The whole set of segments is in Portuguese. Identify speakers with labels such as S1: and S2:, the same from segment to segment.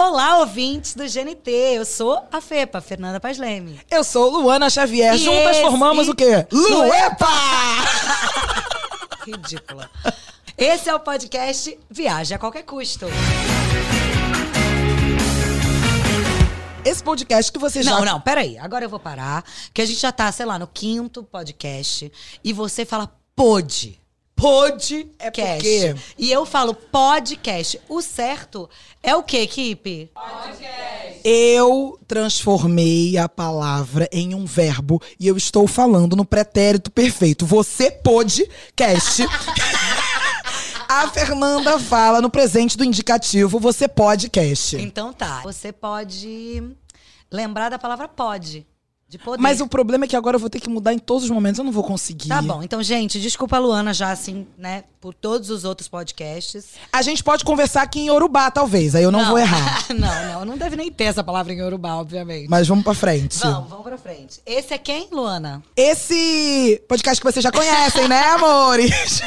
S1: Olá, ouvintes do GNT. Eu sou a FEPA, Fernanda Paz Leme.
S2: Eu sou Luana Xavier.
S1: E
S2: Juntas
S1: esse-
S2: formamos o quê? Luepa!
S1: Ridícula. Esse é o podcast Viaja a Qualquer Custo.
S2: Esse podcast que você já...
S1: Não, não, peraí. Agora eu vou parar, que a gente já tá, sei lá, no quinto podcast e você fala pode. Pode é
S2: porque-
S1: E eu falo podcast. O certo é o quê, equipe?
S2: Eu transformei a palavra em um verbo e eu estou falando no pretérito perfeito. Você pôde, cast. a Fernanda fala no presente do indicativo, você pode, cast.
S1: Então tá. Você pode lembrar da palavra pode. De poder.
S2: Mas o problema é que agora eu vou ter que mudar em todos os momentos, eu não vou conseguir.
S1: Tá bom. Então, gente, desculpa a Luana já, assim, né? Por todos os outros podcasts.
S2: A gente pode conversar aqui em Yorubá, talvez, aí eu não, vou errar.
S1: não, não. Não deve nem ter essa palavra em Yorubá, obviamente.
S2: Mas vamos pra frente.
S1: Vamos, vamos pra frente. Esse é quem, Luana?
S2: Esse podcast que vocês já conhecem, né, amores?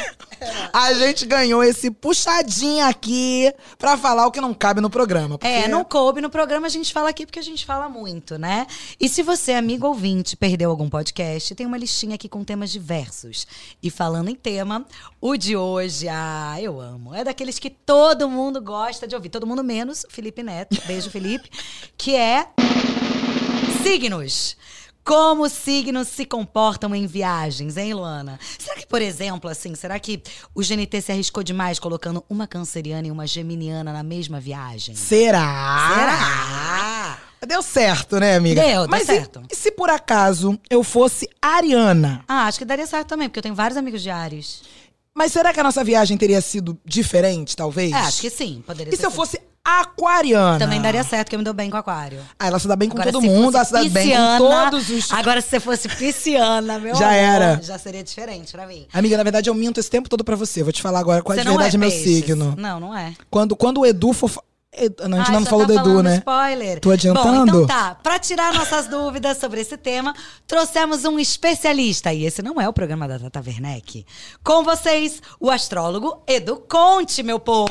S2: A gente ganhou esse puxadinho aqui pra falar o que não cabe no programa. porque-
S1: É, não coube. No programa a gente fala aqui porque a gente fala muito, né? E se você, amigo ouvinte, perdeu algum podcast, tem uma listinha aqui com temas diversos. E falando em tema, o de hoje, ah, eu amo. É daqueles que todo mundo gosta de ouvir. Todo mundo menos o Felipe Neto. Beijo, Felipe. que é Signos. Como os signos se comportam em viagens, hein, Luana? Será que, por exemplo, assim, será que o GNT se arriscou demais colocando uma canceriana e uma geminiana na mesma viagem?
S2: Será?
S1: Será?
S2: Deu certo, né, amiga?
S1: Deu, deu
S2: Mas e-
S1: certo.
S2: E, se por acaso eu fosse Ariana?
S1: Ah, acho que daria certo também, porque eu tenho vários amigos de Ares.
S2: Mas será que a nossa viagem teria sido diferente, talvez?
S1: É, acho que sim, poderia
S2: E
S1: ser
S2: se eu
S1: sim.
S2: fosse Aquariana?
S1: Também daria certo, que eu me dou bem com o aquário.
S2: Ah, ela se dá bem com
S1: Agora,
S2: todo
S1: se
S2: mundo,
S1: fosse
S2: ela se dá bem com
S1: pisciana-
S2: todos os.
S1: Agora, se você fosse pisciana, meu
S2: Já
S1: amor,
S2: era.
S1: já seria diferente pra mim.
S2: Amiga, na verdade eu minto esse tempo todo pra você. Vou te falar agora qual é
S1: Você
S2: de
S1: não
S2: verdade
S1: é
S2: meu
S1: peixes.
S2: signo.
S1: Não, não é.
S2: Quando, quando o Edu for. fa- Edu- não, a gente
S1: Ai,
S2: ainda não
S1: só
S2: falou
S1: tá
S2: do Edu,
S1: falando
S2: né?
S1: Spoiler.
S2: Tô adiantando?
S1: Bom, então tá. Pra tirar nossas dúvidas sobre esse tema, trouxemos um especialista. E esse não é o programa da Tata Werneck. Com vocês, o astrólogo Edu Conte, meu povo.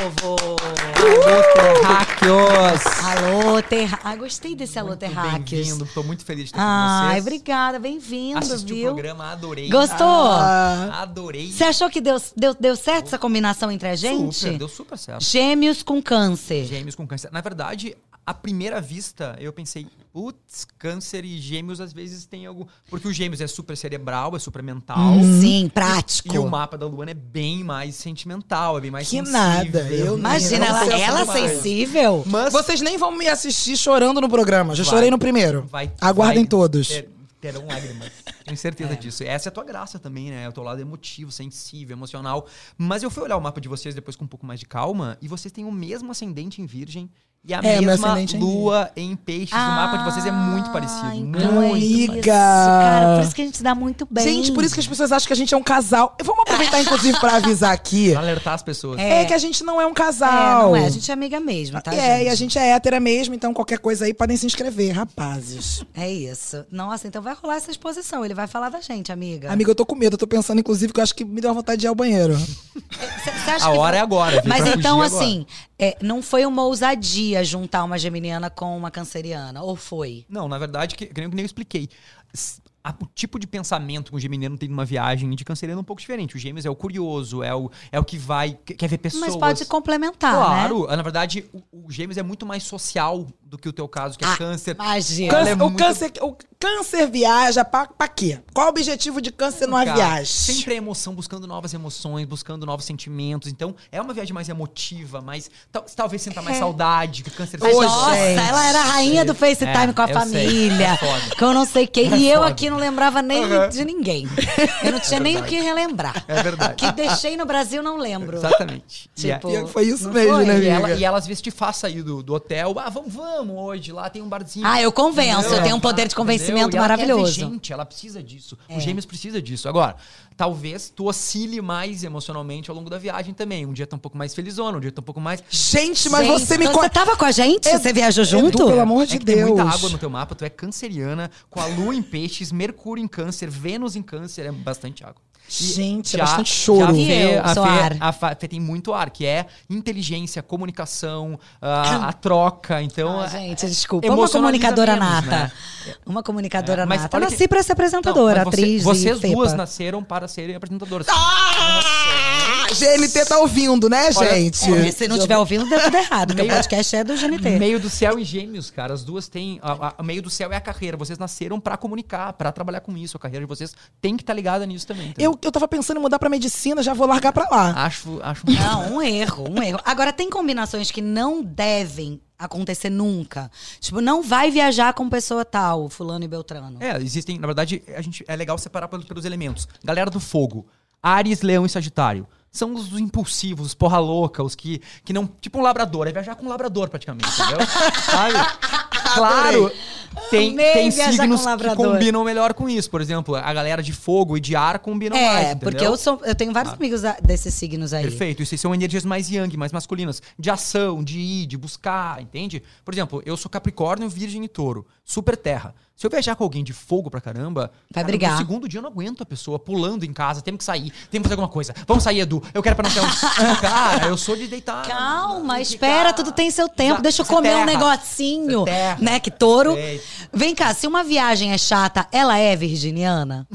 S3: Terráqueos!
S1: Alô, Terra. Ai, gostei desse Alô, Terráqueos.
S3: Bem-vindo, tô muito feliz de estar com
S1: Ai,
S3: vocês.
S1: obrigada. Bem-vindo,
S3: Assisti o
S1: viu?
S3: programa, adorei.
S1: Gostou?
S2: Ah,
S3: Adorei.
S1: Você achou que deu, deu, deu certo essa combinação entre a é gente?
S3: Super, deu super certo.
S1: Gêmeos com câncer.
S3: Gêmeos com câncer. Na verdade, à primeira vista, eu pensei, putz, câncer e gêmeos às vezes tem algo... Porque o gêmeos é super cerebral, é super mental.
S1: Hum, Sim, prático.
S3: E o mapa da Luana é bem mais sentimental, é bem mais
S2: Que
S3: sensível.
S2: nada, eu-
S1: Imagina,
S2: Não,
S1: ela,
S2: você é
S1: ela
S2: demais.
S1: sensível.
S3: Mas
S2: Vocês nem vão me assistir chorando no programa. Já
S3: Vai.
S2: chorei no primeiro.
S3: Vai,
S2: Aguardem
S3: vai
S2: todos.
S3: ter- terão lágrimas. Tenho certeza disso. Essa é a tua graça também, né? É O teu lado emotivo, sensível, emocional. Mas eu fui olhar o mapa de vocês depois com um pouco mais de calma e vocês têm o mesmo ascendente em virgem e a
S2: É, meu
S3: mesma
S2: ascendente é em
S3: lua em, peixes. o mapa de vocês é muito parecido.
S1: Ah,
S3: muito.
S1: então é
S2: Amiga.
S1: isso, cara, por isso que a gente se dá muito bem.
S2: Gente, por isso que as pessoas acham que a gente é um casal. Vamos aproveitar, inclusive, pra avisar aqui.
S3: Pra alertar as pessoas.
S2: É. que a gente não é um
S1: é,
S2: casal.
S1: não é, a gente é amiga mesmo, tá,
S2: É,
S1: gente?
S2: e a gente é hétera mesmo, então qualquer coisa aí podem se inscrever, rapazes.
S1: É isso. Nossa, então vai rolar essa exposição. Ele vai falar da gente,
S3: É.
S1: amiga.
S2: Amiga, eu tô com medo. Eu tô pensando, inclusive, que eu acho que me deu uma vontade de ir ao banheiro.
S1: Cê- cê acha
S3: A
S1: que-
S3: hora é agora. viu?
S1: Mas
S3: Pra
S1: então,
S3: fugir agora.
S1: assim, é, não foi uma ousadia juntar uma geminiana com uma canceriana, ou foi?
S3: Não, na verdade, que, que nem que nem eu expliquei. S- a- o tipo de pensamento que o geminiano tem numa viagem de canceriano é um pouco diferente. O gêmeos é o curioso, é o, é o que vai, que- quer ver pessoas.
S1: Mas pode complementar, né?
S3: Claro, Ah, na verdade, o, o gêmeos é muito mais social do que o teu caso, que é
S1: Ah,
S3: câncer.
S1: Imagina.
S3: Ela
S2: Câncer-
S3: é
S2: o,
S3: muito-
S2: câncer, o câncer viaja pra, pra quê? Qual o objetivo de câncer numa
S3: Cara,
S2: viagem?
S3: Sempre é emoção, buscando novas emoções, buscando novos sentimentos. Então, é uma viagem mais emotiva, mais. tal- talvez sinta mais
S1: É.
S3: saudade, que o câncer
S1: Mas,
S2: Ô,
S1: nossa,
S2: gente.
S1: ela era a rainha do FaceTime
S3: É,
S1: com a
S3: eu sei.
S1: família.
S3: É foda.
S1: com não sei quem.
S3: É
S1: e eu
S3: foda.
S1: aqui não lembrava nem de ninguém. Eu não tinha nem o que relembrar.
S3: É verdade.
S1: Que deixei no Brasil, não lembro.
S3: Exatamente. E é-
S1: Tipo,
S2: E foi isso
S1: não
S2: mesmo,
S1: foi?
S2: né,
S3: E,
S2: amiga?
S3: ela, e ela às vezes te faz sair do, do hotel. Ah, vamos, vamos hoje, lá tem um barzinho.
S1: Ah, eu convenço,
S3: Entendeu?
S1: eu tenho um poder de
S3: Entendeu?
S1: convencimento
S3: E ela quer ver
S1: maravilhoso. É.
S3: gente, ela precisa disso. O Gêmeos precisa disso. Agora, talvez tu oscile mais emocionalmente ao longo da viagem também. Um dia tá um pouco mais felizona, um dia tá um pouco mais.
S2: Gente, mas
S1: Gente,
S2: você me
S1: então
S2: conta.
S1: Você tava com a gente?
S2: Edu-
S1: você viajou
S2: Edu,
S1: junto?
S2: pelo amor de
S3: é que
S2: Deus.
S3: tem muita água no teu mapa, tu é canceriana, com a lua em peixes, Mercúrio em câncer, Vênus em câncer, é bastante água.
S2: Gente, é bastante choro.
S1: E eu,
S3: a, Fê,
S1: sou
S3: a,
S1: ar.
S3: Fê, a Fa- Fê tem muito ar, que é inteligência, comunicação, ah, a, a troca. Então,
S1: Ah,
S3: é-
S1: gente, desculpa. Uma
S3: emocionaliza
S1: comunicadora
S3: menos,
S1: nata.
S3: né?
S1: Uma comunicadora
S3: É, mas
S1: nata. Eu
S3: olha que-
S1: nasci pra ser apresentadora,
S3: Não, mas você-
S1: atriz.
S3: Vocês
S1: e fepa.
S3: duas nasceram para serem apresentadoras.
S2: Ah, GNT tá ouvindo, né,
S3: Olha,
S2: gente?
S1: Olha, Se não tiver ouvindo, deu tudo errado. Porque o
S3: Meio-
S1: podcast é do GNT.
S3: Meio do céu e gêmeos, cara. As duas têm. a- a- a meio do céu é a carreira. Vocês nasceram pra comunicar, pra trabalhar com isso. A carreira de vocês tem que estar ligada nisso também. entendeu?
S2: Eu, eu tava pensando em mudar pra medicina, já vou largar pra lá.
S3: acho. acho
S1: Não, um erro, um erro. Agora, tem combinações que não devem acontecer nunca. Tipo, não vai viajar com pessoa tal, fulano e beltrano.
S3: É, existem, na verdade, a gente é legal separar pelos, pelos elementos. Galera do fogo, Ares, Leão e Sagitário. São os impulsivos, os porra louca, os que, que não. Tipo um labrador, é viajar com um labrador praticamente, entendeu? Sabe? Claro, tem,
S1: Amei
S3: tem
S1: viajar
S3: signos
S1: com
S3: que
S1: labrador.
S3: combinam melhor com isso. Por exemplo, a galera de fogo e de ar combinam mais.
S1: É,
S3: Entendeu?
S1: porque eu, sou, eu tenho vários amigos a- desses signos aí.
S3: Perfeito. Isso aí são energias mais yang, mais masculinas. De ação, de ir, de buscar, entende? Por exemplo, eu sou Capricórnio, Virgem e Touro. Super terra. Se eu viajar com alguém de fogo pra caramba,
S1: Vai
S3: cara,
S1: brigar.
S3: no segundo dia eu não aguento a pessoa pulando em casa, temos que sair, temos que fazer alguma coisa. Vamos sair, Edu. Eu quero pra não ter um. cara, eu sou de deitar.
S1: Calma,
S3: de
S1: espera,
S3: ficar.
S1: tudo tem seu tempo.
S3: Já-
S1: Deixa eu
S3: você
S1: comer um
S3: terra.
S1: negocinho,
S3: Você terra.
S1: né? Que touro.
S3: Perfeito.
S1: Vem cá, se uma viagem é chata, ela é virginiana?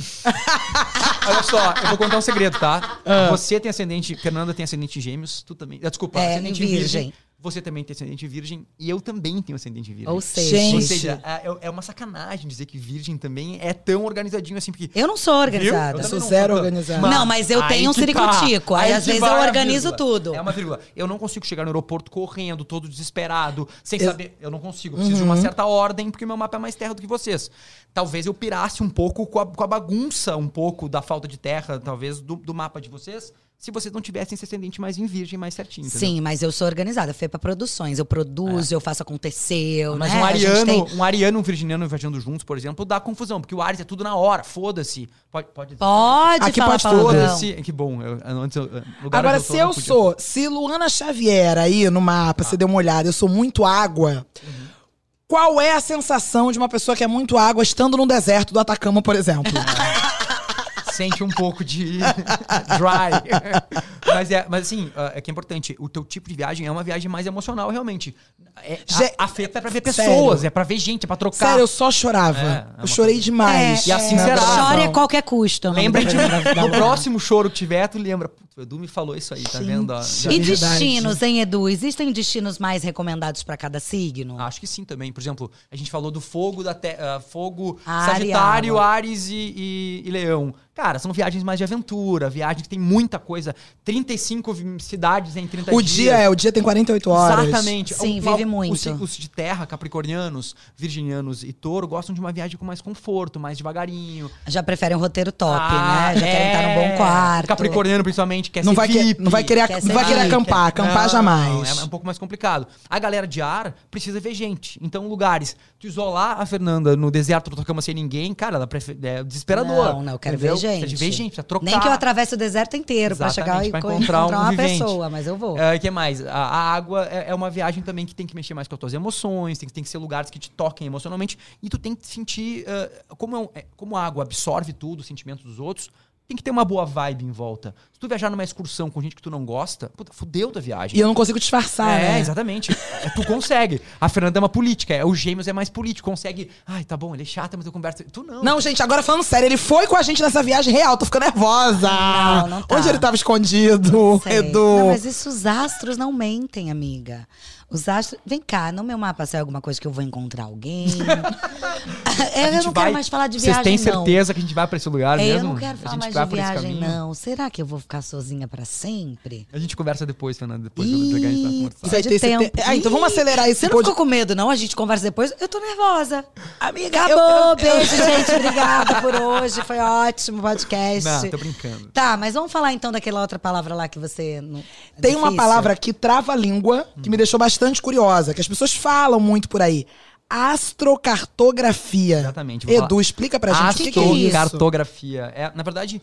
S3: Olha só, eu vou contar um segredo, tá?
S1: Ah.
S3: Você tem ascendente, Fernanda tem ascendente em gêmeos, tu também. ah, Desculpa,
S1: É,
S3: ascendente
S1: em
S3: em
S1: virgem.
S3: Você também tem ascendente em virgem e eu também tenho ascendente em virgem.
S1: Ou seja,
S2: Gente.
S3: Ou seja, a- é- é uma sacanagem dizer que virgem também é tão organizadinho assim, porque.
S1: eu não sou organizada.
S3: Viu? Eu
S2: sou
S3: também não
S2: zero
S3: sou tão.
S2: organizada.
S1: Não, mas eu
S3: aí
S1: tenho um
S3: que tá.
S1: ciricutico, aí às
S3: que
S1: vezes
S3: vai
S1: eu
S3: a
S1: organizo
S3: vírgula.
S1: tudo.
S3: É uma vírgula. Eu não consigo chegar no aeroporto correndo, todo desesperado, sem
S2: Eu- Uhum.
S3: saber. Eu não consigo. Eu preciso de uma certa ordem, porque meu mapa é mais terra do que vocês. Talvez eu pirasse um pouco com a, com a bagunça, um pouco da falta de terra, talvez, do, do mapa de vocês, se vocês não tivessem esse ascendente mais em virgem, mais certinho. entendeu?
S1: Sim, mas eu sou organizada. Eu fui pra produções. Eu produzo, eu faço acontecer. eu,
S3: É. Mas
S1: né?
S3: um
S1: A gente
S3: ariano,
S1: tem-
S3: um ariano e um virginiano viajando juntos, por exemplo, dá confusão, porque o Ares é tudo na hora, foda-se. Pode, pode
S1: Pode
S2: Aqui
S1: falar
S2: pode
S1: palavrão.
S3: Foda-se. Que bom. Eu, antes eu, lugar
S2: Agora,
S3: onde
S2: se
S3: tô, não
S2: eu
S3: podia.
S2: sou, se Luana Xavier aí no mapa, você deu uma olhada, eu sou muito água. Qual é a sensação de uma pessoa que é muito água estando no deserto do Atacama, por exemplo?
S3: Sente um pouco de dry. mas, é, mas assim, ah, é que é importante. O teu tipo de viagem é uma viagem mais emocional, realmente. É,
S2: Gé-
S3: a, a festa é pra ver
S2: Sério.
S3: pessoas, é pra ver gente, é pra trocar.
S2: Sério, eu só chorava.
S3: É, é uma
S2: eu chorei demais.
S1: É,
S3: E assim será.
S1: Chore a qualquer custo. é o nome
S3: Lembra
S1: da
S3: de
S1: primeira- da-
S3: No próximo choro que tiver, tu lembra. Putz, o Edu me falou isso aí, tá
S2: Gente.
S3: vendo? ó? Já-
S1: E
S2: É verdade.
S1: destinos, hein, Edu? Existem destinos mais recomendados pra cada signo?
S3: Acho que sim também. Por exemplo, a gente falou do fogo, da te- ah, fogo
S1: Ar e
S3: Sagitário,
S1: água.
S3: Ares e, e- e Leão. Cara, são viagens mais de aventura, viagens que tem muita coisa. 35 vi- cidades em 30
S2: O
S3: dias.
S2: dia é, o dia tem 48 horas.
S3: Exatamente.
S1: Sim,
S3: O-
S1: vive
S3: o-
S1: muito.
S3: Os signos de terra, capricornianos, virginianos e touro gostam de uma viagem com mais conforto, mais devagarinho.
S1: Já preferem um roteiro top,
S3: Ah,
S1: né? Já querem estar num bom
S3: é.
S1: quarto.
S3: Capricorniano, principalmente, quer
S2: Não
S3: ser
S2: vai, que-
S3: VIP.
S2: não vai querer,
S1: Quer ser
S2: não vai querer
S1: VIP.
S2: acampar, acampar
S3: É Não,
S2: jamais.
S3: É um pouco mais complicado. A galera de ar precisa ver gente. Então, lugares. Tu isolar a Fernanda no deserto do Atacama sem ninguém, cara, ela prefe- é desesperador.
S1: Não, não, eu quero
S3: entendeu?
S1: ver gente.
S3: Precisa de ver gente, precisa trocar.
S1: Nem que eu atravesse o deserto inteiro pra chegar
S3: Exatamente,
S1: e
S3: pra
S1: co-
S3: encontrar um
S1: uma
S3: vivente.
S1: pessoa, mas eu vou.
S3: Ah, O que mais? A, a água é, é uma viagem também que tem que mexer mais com as tuas emoções, tem, que- tem que ser lugares que te toquem emocionalmente e tu tem que sentir ah, como, é um- é- como a água absorve tudo, os sentimentos dos outros. Tem que ter uma boa vibe em volta. Se tu viajar numa excursão com gente que tu não gosta, puta, fudeu da viagem.
S2: E eu não consigo
S1: Tá,
S2: disfarçar,
S3: é,
S2: né?
S3: exatamente. É, tu consegue. A Fernanda é uma política. é, O Gêmeos é mais político. Consegue. Ai, tá bom, ele é chato, mas eu converso. Tu não.
S2: Não, gente, agora falando sério, ele foi com a gente nessa viagem real, tô ficando nervosa.
S1: Não, não tá.
S2: Onde ele tava escondido,
S1: Sei.
S2: Edu?
S1: Não, mas isso os astros não mentem, amiga. Os astros. Vem cá, no meu mapa sai alguma coisa que eu vou encontrar alguém. É,
S3: A
S1: eu
S3: gente
S1: não
S3: vai-
S1: quero mais falar de
S3: Vocês
S1: viagem.
S3: têm
S1: não.
S3: certeza que a gente vai pra esse lugar
S1: É,
S3: mesmo?
S1: eu não quero
S3: a
S1: falar
S3: gente
S1: mais
S3: vai
S1: de
S3: por esse
S1: viagem,
S3: caminho?
S1: não. Será que eu vou ficar sozinha pra sempre?
S3: A gente conversa depois, Fernanda. Depois eu vou desligar, a gente vai
S1: Ih,
S3: conversar.
S1: Precisa
S2: Vai
S1: de
S2: ter esse
S1: tempo.
S2: te- Ah, então vamos acelerar esse
S1: Você não
S2: pod-
S1: ficou com medo, não? A gente conversa depois. Eu tô nervosa.
S2: Amiga,
S1: Acabou,
S2: eu- eu-
S1: beijo, gente. Obrigada por hoje. Foi ótimo o podcast.
S3: Não, tô brincando.
S1: Tá, mas vamos falar então daquela outra palavra lá que você. não- é
S2: Tem uma
S1: difícil?
S2: palavra que trava a língua, que me deixou bastante curiosa, que as pessoas falam muito por aí. Astrocartografia.
S3: Exatamente, vou
S2: Edu,
S3: falar.
S2: explica pra gente o que, que é isso.
S3: Astrocartografia. É, na verdade,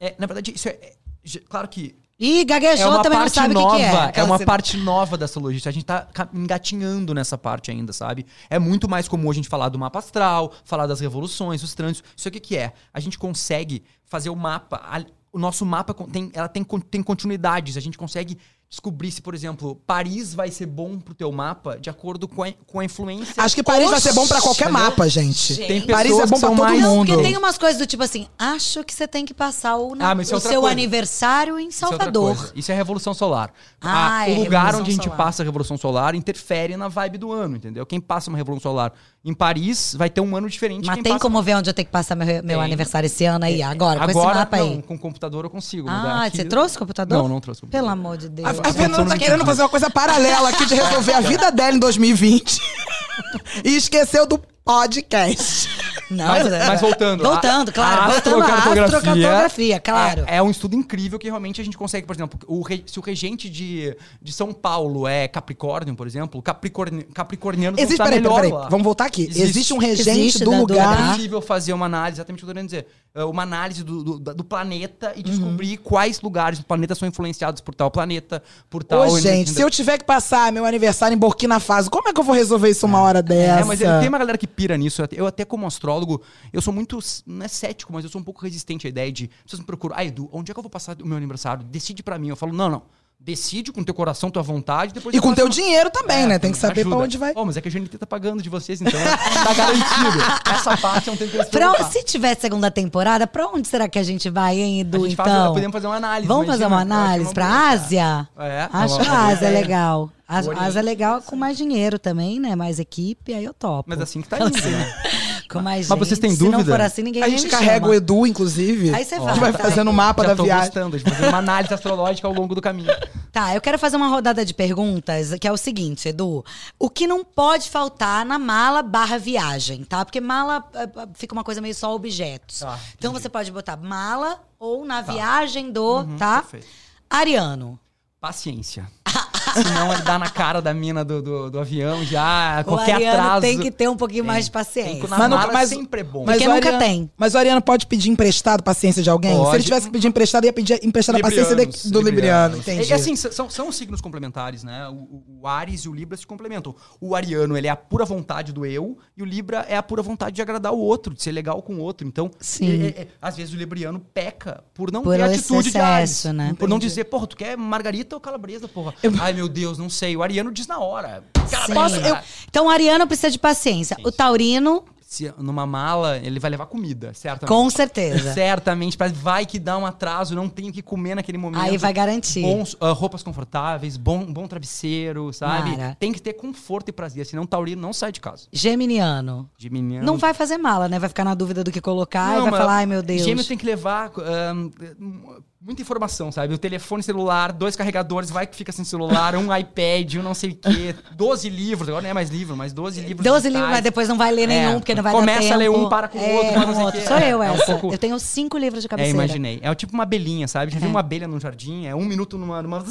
S3: é, na verdade, isso é. é- ge- claro que
S1: Ih,
S3: é
S1: gaguejou
S3: uma
S1: também não
S3: parte
S1: sabe o que,
S3: nova.
S1: que é.
S3: é
S1: Aquela
S3: uma
S1: que você-
S3: parte nova da astrologia. A gente tá ca- engatinhando nessa parte ainda, sabe? É muito mais comum a gente falar do mapa astral, falar das revoluções, os trânsitos. Isso aqui que é? A gente consegue fazer o mapa. a- o nosso mapa con- tem, ela tem, con- tem continuidades. A gente consegue descobrir se, por exemplo, Paris vai ser bom pro teu mapa de acordo com a, com a influência.
S2: Acho que Paris vai ser bom pra qualquer
S3: Entendeu?
S2: mapa, gente.
S1: Gente.
S3: Tem
S2: Paris
S3: pessoas
S2: é bom
S3: que
S2: pra
S3: são
S2: todo
S3: mais-
S2: mundo.
S1: Não, porque
S2: mundo.
S1: tem umas coisas do tipo assim, acho que você tem que passar o, na-
S3: Ah, mas isso é
S1: o
S3: outra
S1: seu
S3: coisa.
S1: aniversário em
S3: Isso é outra
S1: Salvador.
S3: coisa. Isso é Revolução Solar.
S1: Ah,
S3: Ah,
S1: é
S3: o lugar
S1: Revolução
S3: onde a gente
S1: Solar.
S3: passa a Revolução Solar interfere na vibe do ano, entendeu? Quem passa uma Revolução Solar em Paris vai ter um ano diferente. de
S1: Mas
S3: quem
S1: tem
S3: passa...
S1: como ver onde eu tenho que passar meu, meu
S3: Tem. É,
S1: aniversário esse ano aí, agora, com
S3: Agora,
S1: esse mapa
S3: não,
S1: aí.
S3: com computador eu consigo mudar
S1: Ah,
S3: aqui.
S1: você trouxe o computador?
S3: Não, não trouxe o computador. Ah,
S1: Pelo amor de Deus.
S2: A, a
S3: Eu não
S2: Fernanda tá
S3: entendi.
S2: querendo fazer uma coisa paralela aqui de resolver a vida dela em 2020 e esqueceu do podcast.
S3: Tá
S1: Não,
S3: Mas, mas voltando.
S1: Voltando,
S3: a-
S1: claro.
S3: a
S1: voltando à
S3: astrocartografia
S1: astrocartografia, claro.
S3: É, é um estudo incrível que realmente a gente consegue, por exemplo, o re- se o regente de, de São Paulo é Capricórnio, por exemplo, Capricorni, Capricorniano
S2: Existe,
S3: tá
S2: peraí,
S3: melhor
S2: peraí, peraí.
S3: lá.
S2: Vamos voltar aqui. Existe, um regente
S1: Existe
S2: do
S1: da
S2: lugar.
S3: É
S1: Tá.
S3: possível fazer uma análise, exatamente o que eu tô querendo dizer. É, Uma análise do, do, da- do planeta e descobrir
S2: Uhum.
S3: quais lugares do planeta são influenciados por tal planeta, por
S2: Ô,
S3: tal.
S2: gente, se eu tiver que passar meu aniversário em Burkina Faso, como é que eu vou resolver isso uma hora dessa?
S3: É, mas eu- tem uma galera que pira nisso. Eu até- Eu até, como astrólogo, eu sou muito. s- Não é cético, mas eu sou um pouco resistente à ideia de. As pessoas me procuram. Ah, Edu, onde é que eu vou passar o meu aniversário? Decide pra mim. Eu falo, não, não. Decide com teu coração, tua vontade. Depois
S2: E
S3: eu
S2: com
S3: faço
S2: teu
S3: uma-
S2: dinheiro também,
S3: É,
S2: né? Tem que saber
S3: ajuda.
S2: pra onde vai.
S3: Ó, mas é que a GNT tá pagando de vocês, então. né? tá garantido. Essa parte não tem que se
S1: Pra-
S3: preocupar.
S1: se tiver segunda temporada, pra onde será que a gente vai, hein,
S3: A
S1: Edu,
S3: gente
S1: então?
S3: faz- podemos fazer uma análise.
S1: Vamos
S3: imagina.
S1: fazer uma
S3: Eu acho que é uma
S1: análise pra
S3: boa, cara.
S1: Ásia?
S3: É,
S1: Acho
S3: uma
S1: que
S3: boa
S1: a Ásia é
S3: ideia.
S1: legal. A
S3: Oriente.
S1: Ásia é legal com mais dinheiro também, né? Mais equipe, aí eu topo.
S3: Mas assim que
S1: Então,
S3: tá indo, né?
S1: com mais
S3: Mas vocês
S1: gente.
S3: têm
S1: Se não
S3: dúvida?
S1: for assim, ninguém
S2: A
S1: nem
S2: gente
S1: me
S2: carrega
S1: chama.
S2: o Edu, inclusive.
S1: Aí você
S2: a gente
S1: vai,
S2: vai
S1: tá.
S2: fazendo o mapa
S3: Já
S2: da
S3: tô
S2: viagem.
S3: gostando de fazer uma análise astrológica ao longo do caminho.
S1: Tá, eu quero fazer uma rodada de perguntas, que é o seguinte, Edu. O que não pode faltar na mala barra viagem, tá? Porque mala eh, eh, fica uma coisa meio só objetos.
S3: Tá,
S1: então
S3: entendi. Uhum,
S1: você pode botar mala ou na viagem do, tá?
S3: Hum, perfeito.
S1: Ariano.
S3: Paciência. Senão ele dá na cara da mina do, do, do avião já,
S1: o
S3: qualquer
S1: Ariano
S3: atraso.
S1: tem que ter um pouquinho
S3: Tem.
S1: mais de
S3: Tem que-
S1: paciência.
S3: na
S2: Mas
S3: mas,
S2: não-
S3: mala
S2: mas-
S3: sempre é bom.
S1: mas- Porque
S2: o
S1: nunca
S2: Ariano-
S1: tem.
S2: Mas o Ariano pode pedir emprestado paciência de alguém? Se ele
S3: Pode.
S2: tivesse que pedir emprestado, ia pedir emprestado a paciência
S3: Librianos,
S2: de- do Libriano,
S3: librianos.
S2: entendi.
S3: É, assim, s- são, são signos complementares, né? O- O, o Ares e o Libra se complementam. O Ariano, ele é a pura vontade do eu, e o Libra é a pura vontade de agradar o outro, de ser legal com o outro. Então,
S1: Sim.
S3: é- é- é- às vezes o Libriano peca por não
S1: Por
S3: ter
S1: esse
S3: atitude de Ares.
S1: excesso, né?
S3: Por não
S2: Entendi.
S3: dizer, porra, tu quer margarita ou calabresa, porra? Ai, meu Deus, não sei. O Ariano diz na hora. Cara,
S1: Sim.
S2: posso- eu-
S1: Então o Ariano precisa de paciência. O Taurino,
S3: se numa mala, ele vai levar comida, certamente.
S1: com certeza.
S3: é Certamente, mas vai que dá um atraso, não tem o que comer naquele momento.
S1: Aí vai garantir.
S3: Bons, ah, roupas confortáveis, bom, um bom travesseiro, sabe?
S1: Mara.
S3: Tem que ter conforto e prazer, senão o taurino não sai de casa.
S1: Geminiano.
S3: De menino.
S1: Não vai fazer mala, né? Vai ficar na dúvida do que colocar e vai
S3: mas
S1: falar, ai meu Deus.
S3: Gêmeos tem que levar ahn, muita informação, sabe? O telefone celular, dois carregadores, vai que fica sem celular, um iPad, um não sei o quê, 12 livros, agora não é mais livro, mas 12 livros.
S1: 12
S3: digitais.
S1: livros, mas depois não vai ler nenhum,
S3: É,
S1: porque não vai dar
S3: começa
S1: tempo.
S3: a ler um, para com o outro,
S1: É,
S3: para não
S1: com
S3: sei o
S1: outro.
S3: quê.
S1: Sou eu
S3: É, é um
S1: essa.
S3: pouco-
S1: Eu tenho cinco livros de
S3: É,
S1: cabeceira.
S3: imaginei. É tipo uma abelhinha, sabe? Já viu uma abelha no jardim, é um minuto numa. numa...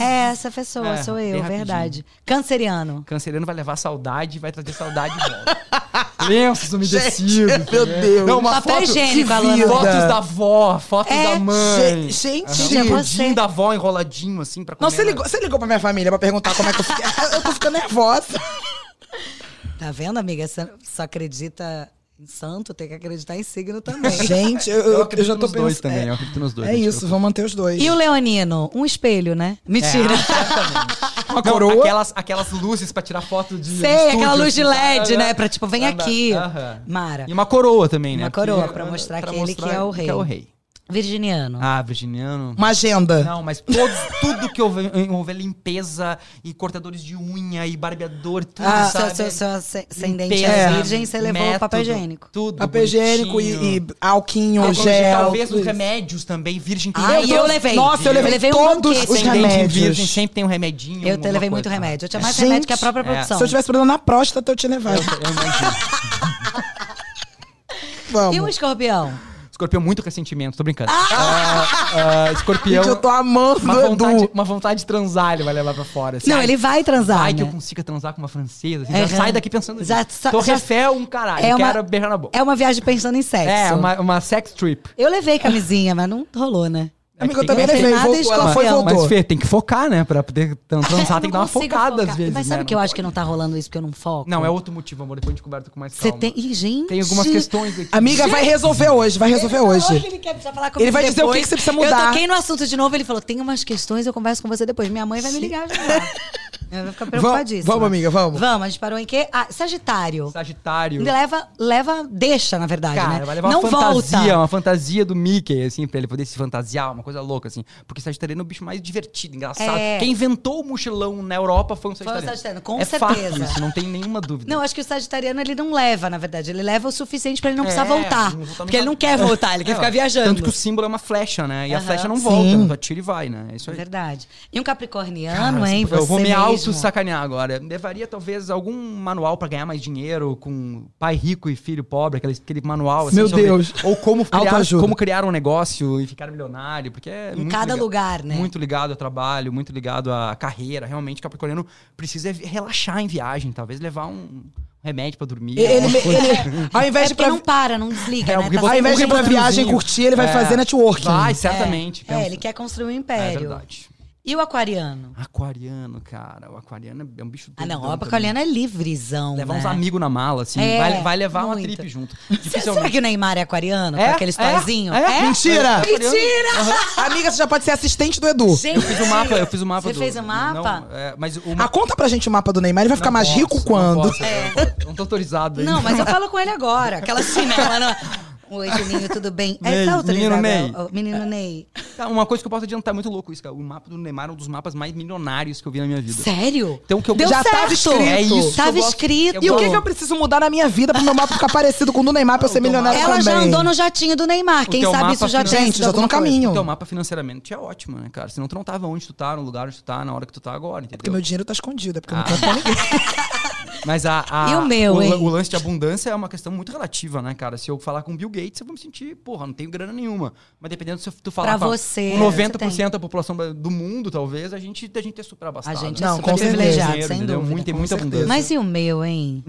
S1: É essa pessoa,
S3: É,
S1: sou
S3: bem
S1: eu,
S3: rapidinho.
S1: verdade. Canceriano.
S3: Canceriano vai levar saudade, vai trazer saudade de volta. Lenços umedecidos.
S2: Gente, meu
S3: né?
S2: Deus.
S3: Não, uma
S1: Papel
S3: foto,
S1: higiênico,
S2: que
S1: Alana.
S2: vida.
S3: fotos da avó, fotos
S1: É,
S3: da
S2: Ge-
S3: mãe.
S2: gente,
S1: Aham.
S3: o
S1: É você.
S3: dedinho da avó enroladinho, assim, pra comer.
S2: não, você
S3: né?
S2: ligou, você ligou pra minha família pra perguntar como é que eu fiquei. eu tô ficando nervosa.
S1: Tá vendo, amiga? Você só acredita em santo, tem que acreditar em signo também.
S2: Gente, eu, eu-
S3: Eu
S2: eu
S3: acredito
S2: já tô
S3: nos
S2: pensando.
S3: dois também,
S2: é,
S3: eu acredito nos dois.
S2: é
S3: acho que
S2: isso,
S3: eu-
S2: vamos manter os dois.
S1: E o Leonino? Um espelho, né? Mentira.
S3: É, certamente.
S2: Uma
S3: Não,
S2: coroa.
S3: Aquelas, aquelas luzes pra tirar foto de.
S1: Sei,
S3: de estúdio,
S1: aquela luz de
S3: assim,
S1: LED,
S3: aham.
S1: né? Pra tipo, vem
S3: Aham,
S1: aqui.
S3: aham.
S1: Mara.
S3: E uma coroa também, né?
S1: Uma coroa,
S3: Porque-
S1: pra mostrar
S3: pra
S1: que ele que
S3: mostrar
S1: é o
S3: é o
S1: rei.
S3: rei.
S1: Virginiano.
S3: Ah, virginiano.
S2: Uma agenda.
S3: Não, mas todos, tudo que houve- envolver limpeza e cortadores de unha e barbeador, tudo,
S1: Ah,
S3: sabe?
S1: seu, seu, seu ascendente
S3: Limpeza,
S1: é virgem, você levou o
S3: método,
S1: papel higiênico.
S3: Tudo.
S2: Papel higiênico e,
S3: bonitinho.
S2: e alquinho,
S3: Álcool
S2: gel.
S3: Talvez
S2: tudo
S3: os
S2: isso.
S3: remédios também, virgem tem
S1: Ah,
S3: remédio.
S1: e eu levei.
S2: Nossa, eu levei,
S1: um
S2: todos
S1: banquete.
S2: os
S3: Ascendente em
S2: remédios.
S3: virgem sempre tem um remedinho.
S1: Eu te
S3: alguma
S1: levei muito
S3: coisa.
S1: remédio. Eu tinha mais
S2: Gente,
S1: remédio que a própria
S3: é.
S1: produção.
S2: Se eu tivesse problema na próstata, eu tinha levado.
S3: Eu imagino.
S1: E o
S2: Vamos.
S1: escorpião?
S3: Escorpião, muito ressentimento, tô brincando. Ah, ah, escorpião,
S2: Gente, eu tô amando
S3: uma,
S2: o Edu.
S3: vontade, uma vontade de transar ele vai levar pra fora. assim.
S1: Não,
S3: Ai,
S1: ele vai transar.
S3: Ai, que eu
S1: né?
S3: consiga transar com uma francesa. assim,
S1: Aham.
S3: já sai daqui pensando nisso.
S1: Já sa-
S3: Torre
S1: já-
S3: Eiffel, um caralho.
S1: É uma-
S3: Quero beijar na boca.
S1: É uma viagem pensando em sexo.
S3: É, uma, uma sex trip.
S1: Eu levei camisinha, mas não rolou, né?
S3: É que
S2: Amiga, eu
S3: tem que-
S2: também
S1: não tem
S2: levei.
S1: nada
S2: Voltou, ela
S1: escorpião.
S2: foi e
S3: Mas,
S2: voltou.
S3: Fê, tem que focar, né? Pra poder tran- transar,
S1: Eu
S3: tem que
S1: não
S3: dar uma
S1: consigo
S3: focada
S1: focar.
S3: às vezes.
S1: Mas sabe
S3: né?
S1: que eu
S3: Não
S1: acho que não tá rolando isso porque eu não foco?
S3: pode. Não, é outro motivo, amor. Depois a gente conversa com mais
S1: Você
S3: calma.
S1: tem. Ih, gente.
S3: Tem algumas questões aqui.
S2: Amiga, vai
S3: é
S2: resolver hoje, vai resolver hoje.
S1: Ele quer precisar falar
S2: Ele vai dizer o que que você precisa
S1: Eu
S2: mudar.
S1: toquei no assunto de novo, ele falou: tem umas questões, eu converso com você depois. Minha mãe vai me ligar já. Eu vou ficar preocupadíssima.
S2: vamos, amiga, vamos.
S1: Vamos, a gente parou em quê? Ah, Sagitário.
S3: um Sagitário.
S1: Leva, leva, deixa, na verdade,
S3: Cara,
S1: né?
S3: vai levar
S1: não
S3: uma fantasia,
S1: volta.
S3: uma fantasia do Mickey, assim, pra ele poder se fantasiar, uma coisa louca, assim. Porque Sagitariano é o bicho mais divertido, engraçado.
S1: É.
S3: Quem inventou o mochilão na Europa foi um
S1: o
S3: Sagitariano.
S1: sagitariano, com
S3: é
S1: certeza.
S3: Fato isso, não tem nenhuma dúvida.
S1: Não, é acho que o sagitariano ele não leva, na verdade. Ele leva o suficiente pra ele não
S3: É,
S1: precisar voltar.
S3: não voltar
S1: porque ele
S3: nunca.
S1: não quer voltar, ele quer
S3: É,
S1: ficar
S3: ó,
S1: viajando.
S3: Tanto que o símbolo é uma flecha, né? E a
S1: Aham.
S3: flecha não volta,
S2: Sim.
S3: né? tu atira e vai, né? É isso aí.
S1: Verdade. E um capricorniano,
S3: Cara,
S1: hein?
S3: eu vou
S1: é, Você
S3: me
S1: mesmo.
S3: auto-sacanear agora. Levaria talvez algum manual pra ganhar mais dinheiro com pai rico e filho pobre, aquele, aquele manual. assim,
S2: Meu Deus.
S3: Ou como criar,
S2: Autoajuda.
S3: como criar um negócio e ficar milionário, porque é
S1: Em
S3: muito
S1: cada
S3: liga-
S1: lugar, né?
S3: Muito ligado ao trabalho, muito ligado à carreira. Realmente, o Capricorniano precisa é vi- relaxar em viagem, talvez levar um remédio pra dormir.
S2: Ele,
S3: alguma
S2: ele,
S3: coisa.
S2: ele- ao
S1: É
S2: invés de
S1: porque
S2: pra,
S1: não para, não desliga,
S3: É,
S1: né?
S3: o que
S1: Tá
S3: você-
S2: ao
S1: sempre
S2: invés de ir pra
S1: junto.
S2: viagem curtir, ele vai
S3: É.
S2: fazer networking.
S3: Vai, certamente.
S1: É,
S3: pensa.
S1: ele quer construir um
S3: É
S1: império.
S3: verdade.
S1: e o aquariano?
S3: Aquariano, cara. O aquariano é um bicho
S1: Ah, não.
S3: doidão
S1: O
S3: também.
S1: aquariano é livrezão,
S3: Levar
S1: né?
S3: uns amigos na mala, assim.
S1: É,
S3: vai, vai levar uma
S1: muito.
S3: trip junto.
S1: Será que o Neymar é aquariano? Com aquele storyzinho?
S3: É, é.
S2: Mentira!
S1: Mentira!
S2: Amiga, você já pode ser assistente do Edu.
S1: Gente,
S3: Eu fiz o mapa, eu fiz o mapa
S1: Você
S3: do-
S1: fez o mapa?
S3: Não, é, mas o
S2: Ah,
S3: mapa
S2: conta pra gente o mapa do Neymar, ele vai ficar mais rico quando?
S3: Não, posso, é, eu não, posso, não tô autorizado ainda.
S1: É. Não, mas eu falo com ele agora. Aquela assim, né? Ela não- Oi, Juninho, tudo bem? É,
S3: Ney,
S1: tá autorizado?
S3: menino Ney.
S1: Ó, Menino Ney.
S3: Tá, Uma coisa que eu posso adiantar, muito louco isso, cara. O mapa do Neymar é um dos mapas mais milionários que eu vi na minha vida.
S1: Sério?
S3: Então, o que eu-
S1: Deu
S2: Já
S1: certo.
S2: tava escrito.
S3: É isso que eu
S1: Tava
S3: gosto.
S1: escrito.
S3: Eu
S2: E o que, que eu preciso mudar na minha vida pro meu mapa ficar parecido com o do Neymar pra eu ser milionário
S1: Ela
S2: também?
S1: já andou no jatinho do Neymar.
S3: O
S1: Quem
S3: teu
S1: sabe
S3: mapa
S1: isso já
S3: financeiro- Então,
S1: tinha
S2: Gente,
S1: sido
S2: já tô no
S1: alguma coisa.
S2: caminho.
S3: O teu mapa financeiramente é ótimo, né, cara? Senão tu não tava onde tu tá, no lugar onde tu tá, na hora que tu tá agora,
S2: Porque
S3: entendeu?
S2: meu dinheiro tá escondido, é porque eu
S3: Ah.
S2: não quero pra ninguém.
S3: Mas a, a-
S1: E o meu,
S3: o,
S1: hein?
S3: o lance de abundância é uma questão muito relativa, né, cara? Se eu falar com o Bill Gates, eu vou me sentir, porra, não tenho grana nenhuma. Mas dependendo se tu falar
S1: Pra
S3: com a-
S1: você,
S3: com 90%
S1: você tem.
S3: da população do mundo, talvez, a gente, a gente é super abastado.
S1: A gente
S2: Não,
S1: é
S2: com
S1: super privilegiado,
S3: Dinheiro,
S1: sem
S3: entendeu?
S1: dúvida.
S3: Muito, tem
S2: com
S3: muita
S2: certeza.
S3: abundância.
S1: Mas e o meu, hein?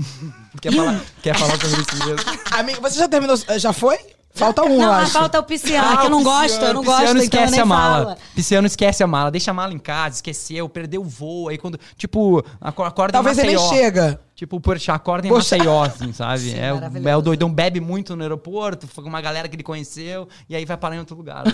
S3: Quer falar, quer falar sobre isso mesmo?
S2: Amiga, você já terminou? Já foi? Falta um, eu
S1: não, ah,
S2: acho.
S1: falta o pisciano, que eu não
S3: o Pisciano,
S1: gosto, eu não
S3: o
S1: gosto, então
S3: Pisciano esquece
S1: eu nem
S3: a mala.
S1: falo.
S3: Pisciano esquece a mala. Deixa a mala em casa, esqueceu, perdeu o voo. Aí quando, tipo, aco- acorda
S2: Talvez
S3: em
S2: ele nem
S3: Maceió.
S2: chega.
S3: Tipo, puxa, acorda em
S2: Poxa.
S3: Maceió, assim, sabe?
S1: Sim,
S3: é, o-
S1: maravilhoso.
S3: é o doidão, bebe muito no aeroporto, foi com uma galera que ele conheceu, e aí vai parar em outro lugar. né?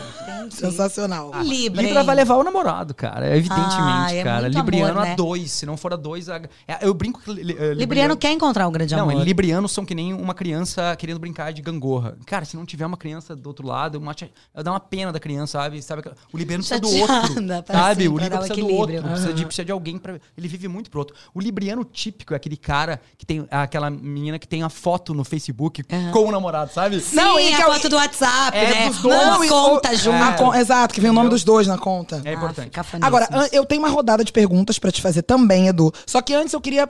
S2: Sensacional.
S3: Ah,
S1: Libra,
S3: Libra
S1: hein?
S3: vai levar o namorado, cara, evidentemente,
S1: Ah, é
S3: cara.
S1: muito
S3: Libriano
S1: amor, né?
S3: a dois, se não for a dois, a- é, eu brinco que... li- li- eh,
S1: Libriano quer encontrar um grande
S3: Não,
S1: amor.
S3: librianos são que nem uma criança querendo brincar de gangorra. Cara, se não tiver uma criança do outro lado, uma tia- dá uma pena da criança, sabe? sabe? aquela- O libriano precisa do
S1: Chateada,
S3: outro,
S1: pra
S3: sabe?
S1: sim,
S3: o
S1: pra dar
S3: libriano
S1: o
S3: precisa do
S1: equilíbrio.
S3: outro, precisa, de, precisa de alguém para Ele vive muito pro outro. O libriano típico é aquele cara que tem aquela menina que tem a foto no Facebook com o namorado, sabe?
S1: Sim,
S2: Não, e
S1: a
S2: que é o-
S1: foto do WhatsApp,
S3: É
S1: né?
S3: dos dois.
S1: Uma
S2: e-
S1: conta junto.
S2: a con- Exato, que vem o nome dos dois na conta.
S3: É importante.
S1: Ah, fica
S2: Agora,
S1: faníssimo.
S2: an- eu tenho uma rodada de perguntas pra te fazer também, Edu. Só que antes eu queria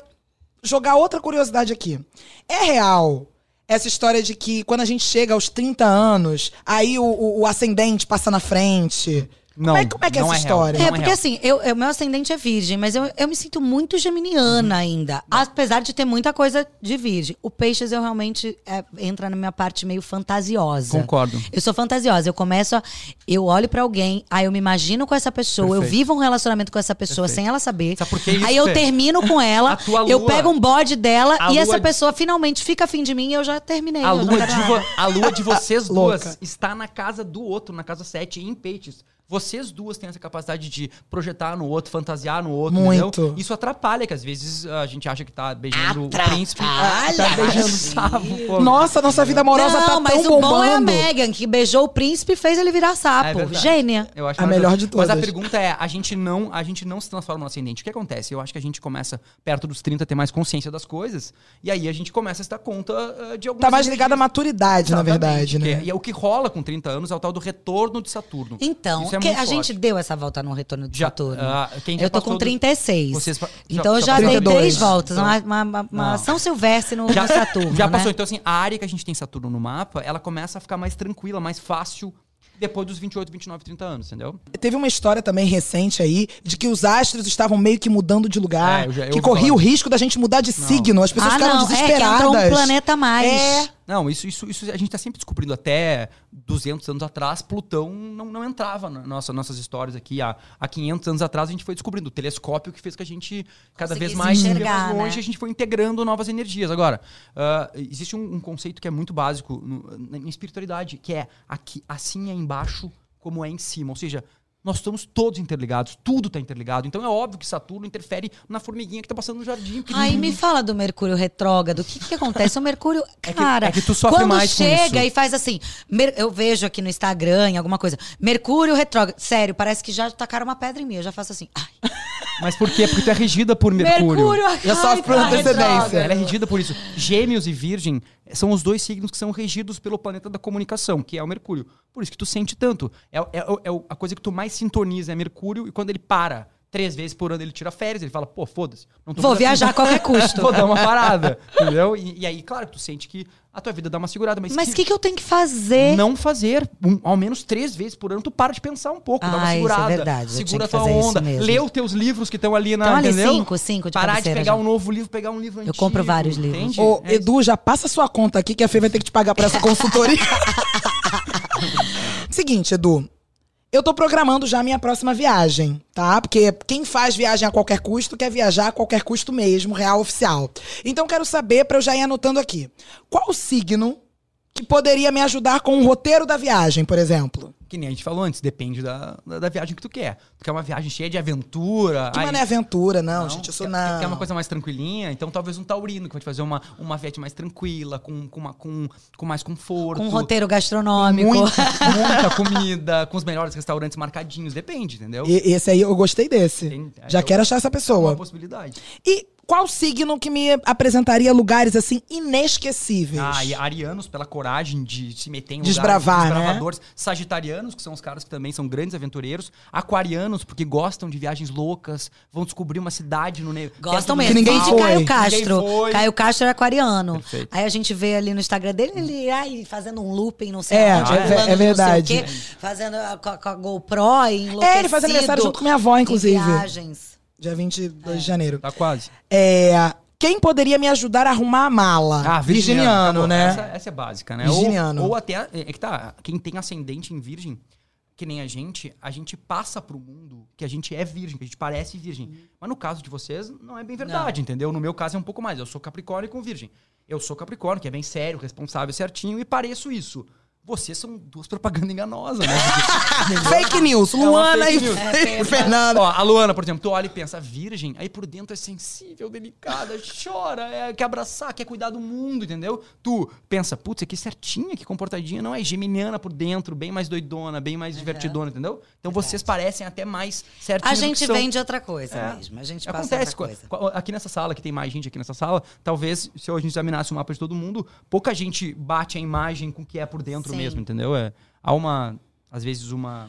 S2: jogar outra curiosidade aqui. É real essa história de que quando a gente chega aos 30 anos, aí o, o- o ascendente passa na frente?
S3: Não,
S2: Como é, como é que é
S3: não
S2: essa
S3: é real.
S2: história?
S1: É,
S3: Não é
S1: porque
S3: real.
S1: assim, eu, eu- meu ascendente é virgem, mas eu, eu me sinto muito
S3: Uhum.
S1: geminiana ainda. Apesar de ter muita coisa de virgem. O peixes, eu realmente é, entra na minha parte meio fantasiosa.
S3: Concordo.
S1: Eu sou fantasiosa. Eu começo a. Eu olho pra alguém, aí eu me imagino com essa pessoa, eu
S3: Perfeito.
S1: vivo um relacionamento com essa pessoa sem ela saber.
S3: Sabe por que isso,
S1: aí eu
S3: Fê?
S1: termino com ela,
S3: A tua
S1: eu
S3: lua-
S1: pego um bode dela
S3: A
S1: e essa
S3: lua-
S1: pessoa finalmente fica afim de mim e eu já terminei.
S3: A
S1: eu não
S3: lua,
S1: quero
S3: de
S1: nada.
S3: vo- a lua de vocês
S2: tá Louca.
S3: duas está na casa do outro, na casa 7, em peixes. Vocês duas têm essa capacidade de projetar no outro, fantasiar no outro,
S2: Muito.
S3: entendeu? Isso atrapalha, que às vezes a gente acha que tá beijando
S1: Atrapalha.
S3: o príncipe, tá beijando o sapo. pô.
S2: Nossa, nossa vida amorosa
S1: não,
S2: tá
S1: mas
S2: tão
S1: o bom é a
S2: bombando.
S1: Megan, que beijou o príncipe e fez ele virar sapo.
S3: É verdade.
S1: Gênia.
S3: Eu acho
S2: A
S3: maravilhoso.
S2: melhor de todas.
S3: Mas a pergunta é, a gente não, a gente não se transforma no ascendente. O que acontece? Eu acho que a gente começa perto dos 30 a ter mais consciência das coisas, e aí a gente começa a se dar conta ah, de algumas
S2: Tá mais ligada à maturidade, na
S3: Exatamente,
S2: verdade,
S3: que
S2: né?
S3: é- E é o que rola com 30 anos, é o tal do retorno de Saturno.
S1: Então,
S3: Isso é
S1: que a
S3: muito forte.
S1: gente deu essa volta no retorno de
S3: Já,
S1: Saturno.
S3: ah, quem já
S1: eu tô
S3: passou
S1: com
S3: do-
S1: 36.
S3: Vocês pa- já-
S1: então eu
S3: já
S1: já
S3: passou
S1: dei
S2: do-
S1: três
S2: 32.
S1: voltas.
S3: Então-
S1: Uma, uma- uma- uma
S3: Não.
S1: São Silvestre no, no Saturno.
S3: Já
S1: né?
S3: passou. Então, assim, a área que a gente tem Saturno no mapa, ela começa a ficar mais tranquila, mais fácil depois dos 28, 29, 30 anos, entendeu?
S2: Teve uma história também recente aí de que os astros estavam meio que mudando de lugar,
S3: É, eu já- eu
S2: que
S3: ouvi
S2: corria
S3: falar
S2: o risco da gente mudar de signo, as pessoas
S1: ah,
S2: ficaram
S1: não, é que
S2: desesperadas.
S1: entrou um planeta a mais.
S2: É.
S3: Não, isso, isso, isso a gente está sempre descobrindo. Até 200 anos atrás, Plutão não, não entrava nas nossa, nossas histórias aqui. Há, há 500 anos atrás, a gente foi descobrindo o telescópio que fez que a gente, cada vez
S1: Conseguisse
S3: mais,
S1: enxergar,
S3: chegava mais
S1: né?
S3: longe, a gente foi integrando novas energias. Agora, ah, existe um, um conceito que é muito básico no- na, na espiritualidade, que é aqui, assim é embaixo como é em cima. Ou seja, nós estamos todos interligados, tudo está interligado. Então é óbvio que Saturno interfere na formiguinha que está passando no jardim. porque
S1: Aí me fala do Mercúrio retrógrado. O que que acontece? O Mercúrio,
S3: que-
S1: cara,
S3: é que tu sofre
S1: quando
S3: mais com
S1: chega
S3: isso.
S1: e faz assim, mer- eu vejo aqui no Instagram, em alguma coisa, Mercúrio retrógrado. Sério, parece que já tacaram uma pedra em mim. Eu já faço assim. Ai,
S3: Mas por quê? Porque tu é regida por Mercúrio.
S1: Mercúrio,
S2: Já sofre
S1: ai,
S2: por
S1: tá
S2: antecedência.
S1: retrógrado.
S3: Ela é regida por isso. Gêmeos e Virgem são os dois signos que são regidos pelo planeta da comunicação, que é o Mercúrio. Por isso que tu sente tanto. É, é- é o- a coisa que tu mais sintoniza é Mercúrio, e quando ele para três vezes por ano, ele tira férias, ele fala, pô, foda-se. não tô
S1: Vou
S3: fazendo-
S1: viajar a qualquer custo.
S3: Vou dar uma parada, entendeu? E, e aí, claro, tu sente que a tua vida dá uma segurada, mas,
S1: Mas o que, que eu tenho que fazer?
S3: não fazer. Um- ao menos três vezes por ano, tu para de pensar um pouco, dá uma
S1: Ah, isso é
S3: segurada.
S1: verdade, eu tinha
S3: Segura
S1: que
S3: a tua
S1: fazer isso
S3: onda.
S1: mesmo.
S3: Lê os teus livros que estão ali na.
S1: Então, ali,
S3: entendeu?
S1: cinco, cinco de
S3: Parar de
S1: cabeceira
S3: pegar
S1: já.
S3: um novo livro, pegar um livro antigo.
S1: compro vários livros.
S3: entende?
S2: Ô,
S3: É isso.
S2: Edu, já passa sua conta aqui que a Fê vai ter que te pagar pra essa consultoria. Seguinte, Edu. Eu tô programando já a minha próxima viagem, tá? Porque quem faz viagem a qualquer custo quer viajar a qualquer custo mesmo, real oficial. Então quero saber, pra eu já ir anotando aqui, qual o signo que poderia me ajudar com o roteiro da viagem, por exemplo?
S3: Que nem a gente falou antes, depende da, da, da viagem que tu quer. Tu quer uma viagem cheia de aventura.
S2: Que
S3: aí-
S2: mas não é aventura, não,
S3: Não,
S2: gente. Eu sou
S3: quer,
S2: na.
S3: quer uma coisa mais tranquilinha, então talvez um taurino, que vai te fazer uma, uma viagem mais tranquila, com, com, uma- com, com mais conforto.
S1: Com um roteiro gastronômico.
S3: Muita, muita comida, com os melhores restaurantes marcadinhos, depende, entendeu?
S2: E- Esse aí, eu gostei desse.
S3: Tem-
S2: já
S3: eu-
S2: quero achar essa pessoa.
S3: Uma possibilidade.
S2: E qual signo que me apresentaria lugares assim inesquecíveis? É,
S3: Ah, e arianos pela coragem de se meter em
S2: Desbravar, né?
S3: desbravadores. Sagitarianos, que são os caras que também são grandes aventureiros. Aquarianos, porque gostam de viagens loucas, vão descobrir uma cidade no... ne- perto
S1: Gostam
S3: do-
S1: mesmo.
S2: Que ninguém
S1: Sente
S2: foi.
S1: Caio
S3: Ninguém
S1: Castro.
S3: foi.
S1: Caio Castro é aquariano.
S3: Perfeito.
S1: Aí a gente vê ali no Instagram dele, ele ai, fazendo um looping, não sei
S2: É,
S1: aonde,
S3: é
S1: pulando
S2: ve-
S1: de
S2: é
S1: não sei o
S2: verdade.
S1: quê, fazendo a- com a, com a GoPro e enlouquecido.
S2: É, ele faz aniversário junto com minha avó,
S1: em
S2: inclusive.
S1: viagens.
S2: Dia 22 de janeiro.
S3: Tá quase.
S2: É, quem poderia me ajudar a arrumar a mala?
S3: Ah, virginiano, acabou.
S2: né?
S3: Essa, essa é básica, né?
S2: Virginiano.
S3: Ou, ou até, é é que tá, quem tem ascendente em virgem, que nem a gente, a gente passa pro mundo que a gente é virgem, que a gente parece virgem. Mas no caso de vocês, não é bem verdade, entendeu? No meu caso é um pouco mais. Eu sou capricórnio com virgem. Eu sou capricórnio, que é bem sério, responsável, certinho, e pareço isso. Vocês são duas propagandas enganosas, né?
S2: Fake news.
S3: uma
S2: Luana
S3: fake
S2: e
S3: news. É,
S2: Fernanda.
S3: Ó, a Luana, por exemplo, tu olha e pensa, virgem, aí por dentro é sensível, delicada, chora, é, quer abraçar, quer cuidar do mundo, entendeu? Tu pensa, putz, aqui certinha, que comportadinha, não é geminiana por dentro, bem mais doidona, bem mais divertidona, entendeu? Então vocês parecem até mais certinhos.
S1: A
S3: do que
S1: gente
S3: são.
S1: vem de outra coisa
S3: É.
S1: mesmo. A gente passa
S3: Acontece.
S1: outra
S3: co-
S1: coisa.
S3: co- Aqui nessa sala, que tem mais gente aqui nessa sala, talvez se a gente examinasse o mapa de todo mundo, pouca gente bate a imagem com o que é por dentro
S1: Sim.
S3: mesmo, entendeu? É, há uma, às vezes, uma.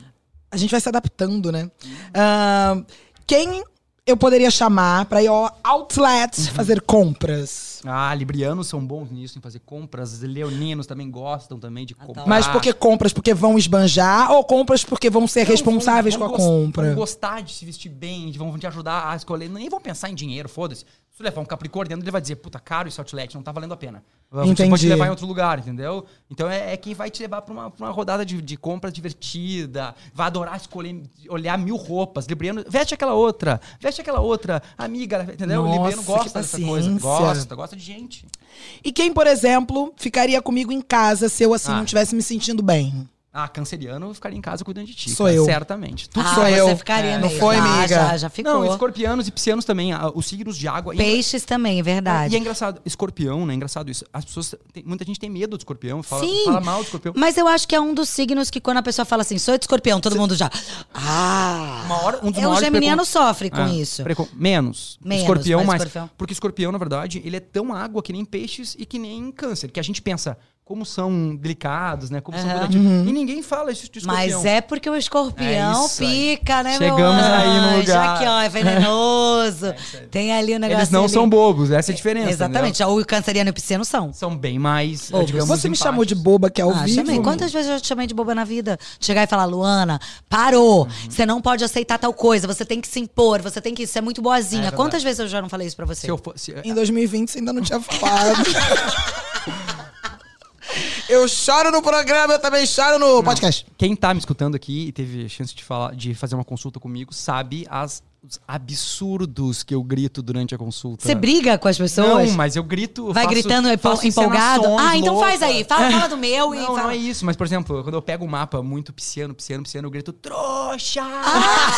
S2: A gente vai se adaptando, né? Ah, quem eu poderia chamar pra ir ao outlet fazer compras?
S3: Ah, librianos são bons nisso, em fazer compras. Leoninos também gostam também de comprar.
S2: Mas por que compras? Porque vão esbanjar ou compras porque vão ser
S3: Não,
S2: responsáveis
S3: vão-
S2: com a
S3: vão gos-
S2: compra?
S3: Vão gostar de se vestir bem, de- vão te ajudar a escolher. Nem vão pensar em dinheiro, foda-se. Se tu levar um Capricórnio dentro, ele vai dizer, puta, caro esse outlet, não tá valendo a pena. Você pode
S2: Entendi.
S3: te levar em outro lugar, entendeu? Então é, é quem vai te levar pra uma, pra uma rodada de, de compras divertida, vai adorar escolher, olhar mil roupas. Libriano, veste aquela outra, veste aquela outra, amiga, entendeu? o
S2: Nossa,
S3: Libriano
S2: que
S3: gosta dessa coisa.
S2: paciência.
S3: Gosta, gosta de gente.
S2: E quem, por exemplo, ficaria comigo em casa se eu assim
S3: Ah.
S2: não estivesse me sentindo bem?
S3: Ah, canceriano ficaria em casa cuidando de ti.
S2: Sou
S3: cara,
S2: eu.
S3: Certamente. Tu-
S2: tudo
S1: ah,
S2: sou
S1: você
S2: eu.
S1: ficaria
S2: É, não
S1: mesmo.
S2: foi,
S1: Ah,
S2: amiga?
S1: já, já ficou.
S3: Não, escorpianos e piscianos também, ah, os signos de água. E-
S1: Peixes também,
S3: E é
S1: verdade.
S3: engraçado, escorpião, né? É engraçado isso. As pessoas. tem- muita gente tem medo do escorpião, fala,
S1: Sim.
S3: fala mal do escorpião.
S1: Mas eu acho que é um dos signos que quando a pessoa fala assim, sou de escorpião, todo mundo já. Ah!
S3: Uma hora, um dos
S1: É, o
S3: maiores
S1: geminiano
S3: precon-
S1: sofre com
S2: É.
S3: Ah,
S1: isso.
S3: precon- Menos.
S1: Menos,
S3: Escorpião
S1: mas
S3: mais.
S1: escorpião.
S3: Porque escorpião, na verdade, ele é tão água que nem peixes e que nem câncer. Que a gente pensa como são delicados, né? Como são
S1: Aham. Uhum.
S3: cuidativos. E ninguém fala isso de escorpião.
S1: Mas é porque o escorpião
S3: É isso aí.
S1: pica, né, meu
S3: Chegamos aí no
S1: anjo?
S3: lugar. É
S1: Aqui, ó, é venenoso. Tem ali o um negócio.
S3: Eles não
S1: ali.
S3: são bobos, essa é a diferença.
S1: Exatamente.
S3: entendeu?
S1: Já o canceriano e o pisciano são.
S3: São bem mais,
S1: Bobos.
S3: digamos,
S2: Você me
S3: empáticos.
S2: chamou de boba que é ao
S1: Ah,
S2: vivo.
S1: chamei. Quantas vezes eu te chamei de boba na vida? Chegar e falar, Luana, parou.
S3: Uhum.
S1: Você não pode aceitar tal coisa. Você tem que se impor. Você tem que ser muito boazinha.
S3: É verdade.
S1: Quantas vezes eu já não falei isso pra você?
S3: Se eu fosse.
S2: Em 2020 você ainda não tinha falado. Eu choro no programa, eu também choro no podcast.
S3: Quem tá me escutando aqui e teve chance de, falar, de fazer uma consulta comigo sabe as, os absurdos que eu grito durante a consulta.
S1: Você briga com as pessoas?
S3: Não, mas eu grito.
S1: Vai
S3: faço-
S1: gritando empo-
S3: faço
S1: empolgado?
S3: encenações
S1: Ah, então faz
S3: loucas.
S1: aí. Fala, fala do meu e
S3: Não,
S1: fala.
S3: não é isso, mas por exemplo, quando eu pego um mapa muito pisciano, pisciano, pisciano, eu grito trouxa!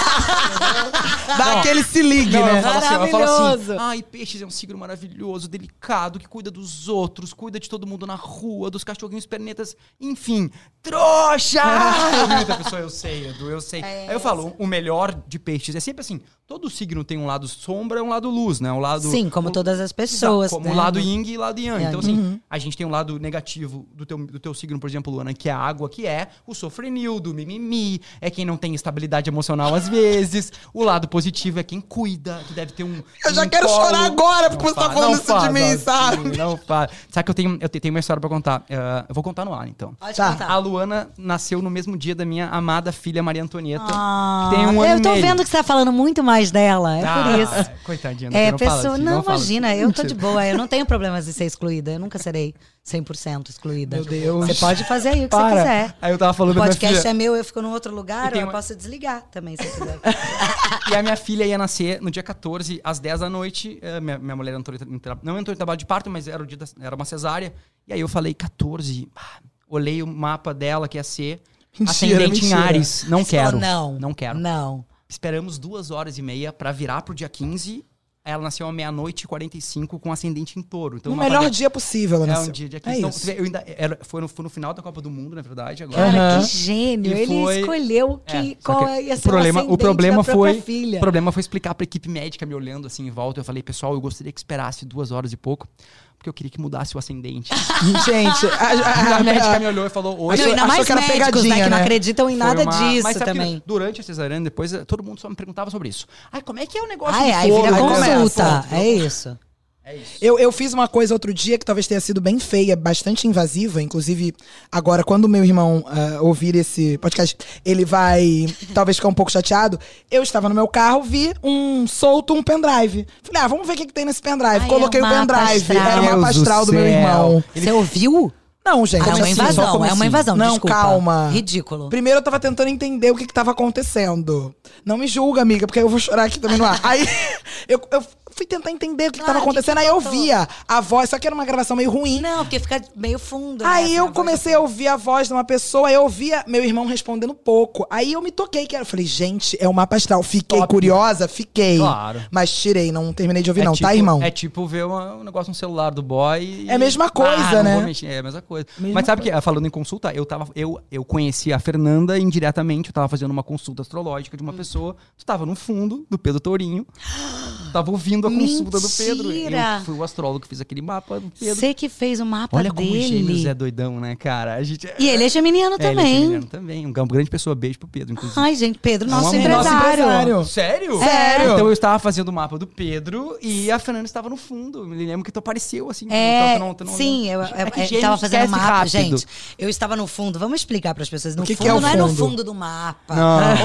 S2: Dá aquele se ligue,
S3: Ah! Não, eu
S2: né?
S3: falo assim, eu falo assim,
S1: Maravilhoso.
S3: ai, peixes é um signo maravilhoso, delicado, que cuida dos outros, cuida de todo mundo na rua, dos cachorrinhos pernetas, enfim, trouxa! É. eu grito a pessoa, eu sei, Edu, eu sei. Aí eu falo, o melhor de peixes é sempre assim, todo signo tem um lado sombra e um lado luz, né? Um lado...
S1: Sim, como
S3: um-
S1: todas as
S3: Exato,
S1: pessoas.
S3: Como
S1: né?
S3: o lado yin e o lado yang.
S1: Yang. Uhum.
S3: Então, assim, a gente tem um lado negativo do teu, do teu signo, por exemplo, Luana, que é a água, que é o sofrenildo, o mimimi, é quem não tem estabilidade emocional às vezes. O lado positivo é quem cuida, tu deve ter um.
S2: Eu já
S3: um
S2: quero
S3: colo.
S2: chorar agora, porque
S3: Não
S2: você tá
S3: fala,
S2: falando
S3: não
S2: isso
S3: fala,
S2: de mim,
S3: assim,
S2: sabe?
S3: Não fala. Sabe que eu tenho, eu te- tenho uma história pra contar? Eh, eu vou contar no ar, então.
S1: Pode
S2: Tá.
S1: contar.
S3: A Luana nasceu no mesmo dia da minha amada filha Maria Antonieta.
S1: Ah,
S3: que tem um ano
S1: eu tô
S3: e meio.
S1: vendo que você tá falando muito mais dela. É por isso.
S3: Ah, Coitadinha,
S1: É,
S3: não fala
S1: pessoa.
S3: assim,
S1: não,
S3: fala
S1: imagina,
S3: assim.
S1: eu tô de boa. Eu não tenho problemas em ser excluída. Eu nunca serei 100% excluída.
S2: Meu Deus.
S1: Você pode fazer aí o que
S3: Para.
S1: você quiser.
S3: Aí eu tava
S1: O
S3: falando da minha filha.
S1: podcast é meu, eu fico num outro
S3: E
S1: lugar,
S3: tem
S1: ou eu
S3: uma-
S1: posso desligar também, se eu quiser. é-
S3: E a minha filha ia nascer no dia 14, às 10 da noite. Eh, Minha, minha mulher entrou, em tra- em tra- não entrou em trabalho de parto, mas era, o dia da- era uma cesárea. E aí eu falei, 14. ah, Olhei o mapa dela, que ia ser
S2: Mentira,
S3: ascendente
S2: mentira.
S3: em Ares. Não
S1: Você
S3: quero.
S1: falou, não.
S3: Não quero.
S1: Não.
S3: Esperamos duas horas e meia pra virar pro dia 15. Aí Ela nasceu à meia-noite e 45 com ascendente em touro. Então,
S2: No
S3: o mapa
S2: melhor
S3: dela-
S2: dia possível, ela
S3: É
S2: nasceu.
S3: um dia de
S2: É
S3: 15. então,
S2: isso.
S3: você vê, eu ainda, era, foi, no, foi no final da Copa do Mundo, na verdade, agora.
S1: Cara,
S2: Aham.
S1: que gênio.
S3: E
S1: Ele
S3: foi-
S1: escolheu que,
S3: É, só
S1: qual
S3: que
S1: é, ia ser
S3: o problema,
S1: o,
S3: o problema foi
S1: Filha.
S3: o problema foi explicar pra equipe médica me olhando assim em volta eu falei pessoal eu gostaria que esperasse duas horas e pouco porque eu queria que mudasse o ascendente
S2: Gente, a, a-
S3: a médica
S2: a-
S3: me olhou e falou
S1: Não,
S3: oi
S2: Achou-
S1: ainda
S2: achou
S1: mais
S2: que era
S1: médicos, né,
S2: pegadinha,
S1: que não
S2: né?
S1: acreditam em
S3: Foi
S1: nada
S3: uma- Mas
S1: disso
S3: sabe que
S1: também.
S3: durante a cesariana depois eh, todo mundo só me perguntava sobre isso ai como é que né? é o negócio
S1: Ai,
S3: do
S1: ai,
S3: couro?
S1: vira
S2: Aí começa.
S1: consulta. É isso.
S3: é isso
S2: eu, eu fiz uma coisa outro dia que talvez tenha sido bem feia, bastante invasiva. Inclusive, agora, quando meu irmão ah, ouvir esse podcast, ele vai talvez ficar um pouco chateado. Eu estava no meu carro, vi um solto, um pendrive. Falei, ah, vamos ver o que, que tem nesse pendrive.
S1: Ai,
S2: Coloquei
S1: é
S2: o
S1: um mapa
S2: pendrive.
S1: astral.
S2: Era o mapa
S3: Deus do
S2: astral do meu
S3: céu.
S2: irmão.
S1: Você ouviu?
S2: Não, gente.
S1: Ah, é uma
S2: assim, só
S1: invasão, é
S2: comecinho.
S1: uma invasão,
S2: Não,
S1: desculpa.
S2: calma.
S1: Ridículo.
S2: Primeiro eu tava tentando entender o que que tava acontecendo. Não me julga, amiga, porque eu vou chorar aqui também no ar. Aí eu, eu fui tentar entender o que, que tava
S1: Ah, o que que
S2: acontecendo, aí eu
S1: botou?
S2: via a voz, só que era uma gravação meio ruim.
S1: Não, porque fica meio fundo. né,
S2: Aí
S1: essa
S2: eu
S1: voz.
S2: comecei a ouvir a voz de uma pessoa, eu ouvia meu irmão respondendo pouco. Aí eu me toquei, que era, eu falei, gente, é o mapa astral. Fiquei
S3: Top.
S2: curiosa? Fiquei.
S3: Claro.
S2: Mas tirei, não terminei de ouvir, não,
S3: tipo,
S2: tá, irmão?
S3: É tipo ver uma- um negócio no celular do boy. e-
S2: É a mesma
S3: Ah,
S2: coisa,
S3: não
S2: né?
S3: vou mexer, É a mesma coisa.
S2: Mesma
S3: Mas sabe o que, falando em consulta, eu, tava, eu, eu conheci a Fernanda indiretamente. Eu tava fazendo uma consulta astrológica de
S2: Hum.
S3: uma pessoa. Tu tava no fundo do Pedro Tourinho. Tava ouvindo a consulta do Pedro.
S1: Mentira!
S3: Eu fui o astrólogo que fiz aquele mapa do Pedro.
S1: Você que fez o
S2: tá
S1: mapa
S3: Olha como o Gêmeos
S1: dele.
S3: é doidão, né, cara? A gente
S1: E ele é geminiano
S3: ele
S1: também.
S3: geminiano também. Um grande pessoa. Beijo pro Pedro, inclusive.
S1: Ai, gente, Pedro,
S3: É um
S1: nosso
S3: amor.
S1: empresário.
S2: Nosso empresário.
S3: Sério?
S2: Sério.
S3: Então eu estava fazendo o mapa do Pedro e a Fernanda estava no fundo. Me lembro que tu apareceu assim.
S1: É,
S3: tu não- tu não-
S1: sim, eu,
S3: É que
S1: eu- eu
S3: gêmeo
S1: tava fazendo
S3: esquece
S1: mapa.
S3: rápido.
S1: Gente, eu estava no fundo, vamos explicar para as pessoas. No
S2: O que que
S1: fundo,
S2: é o
S1: não é no
S2: fundo?
S1: fundo do mapa,
S3: Não.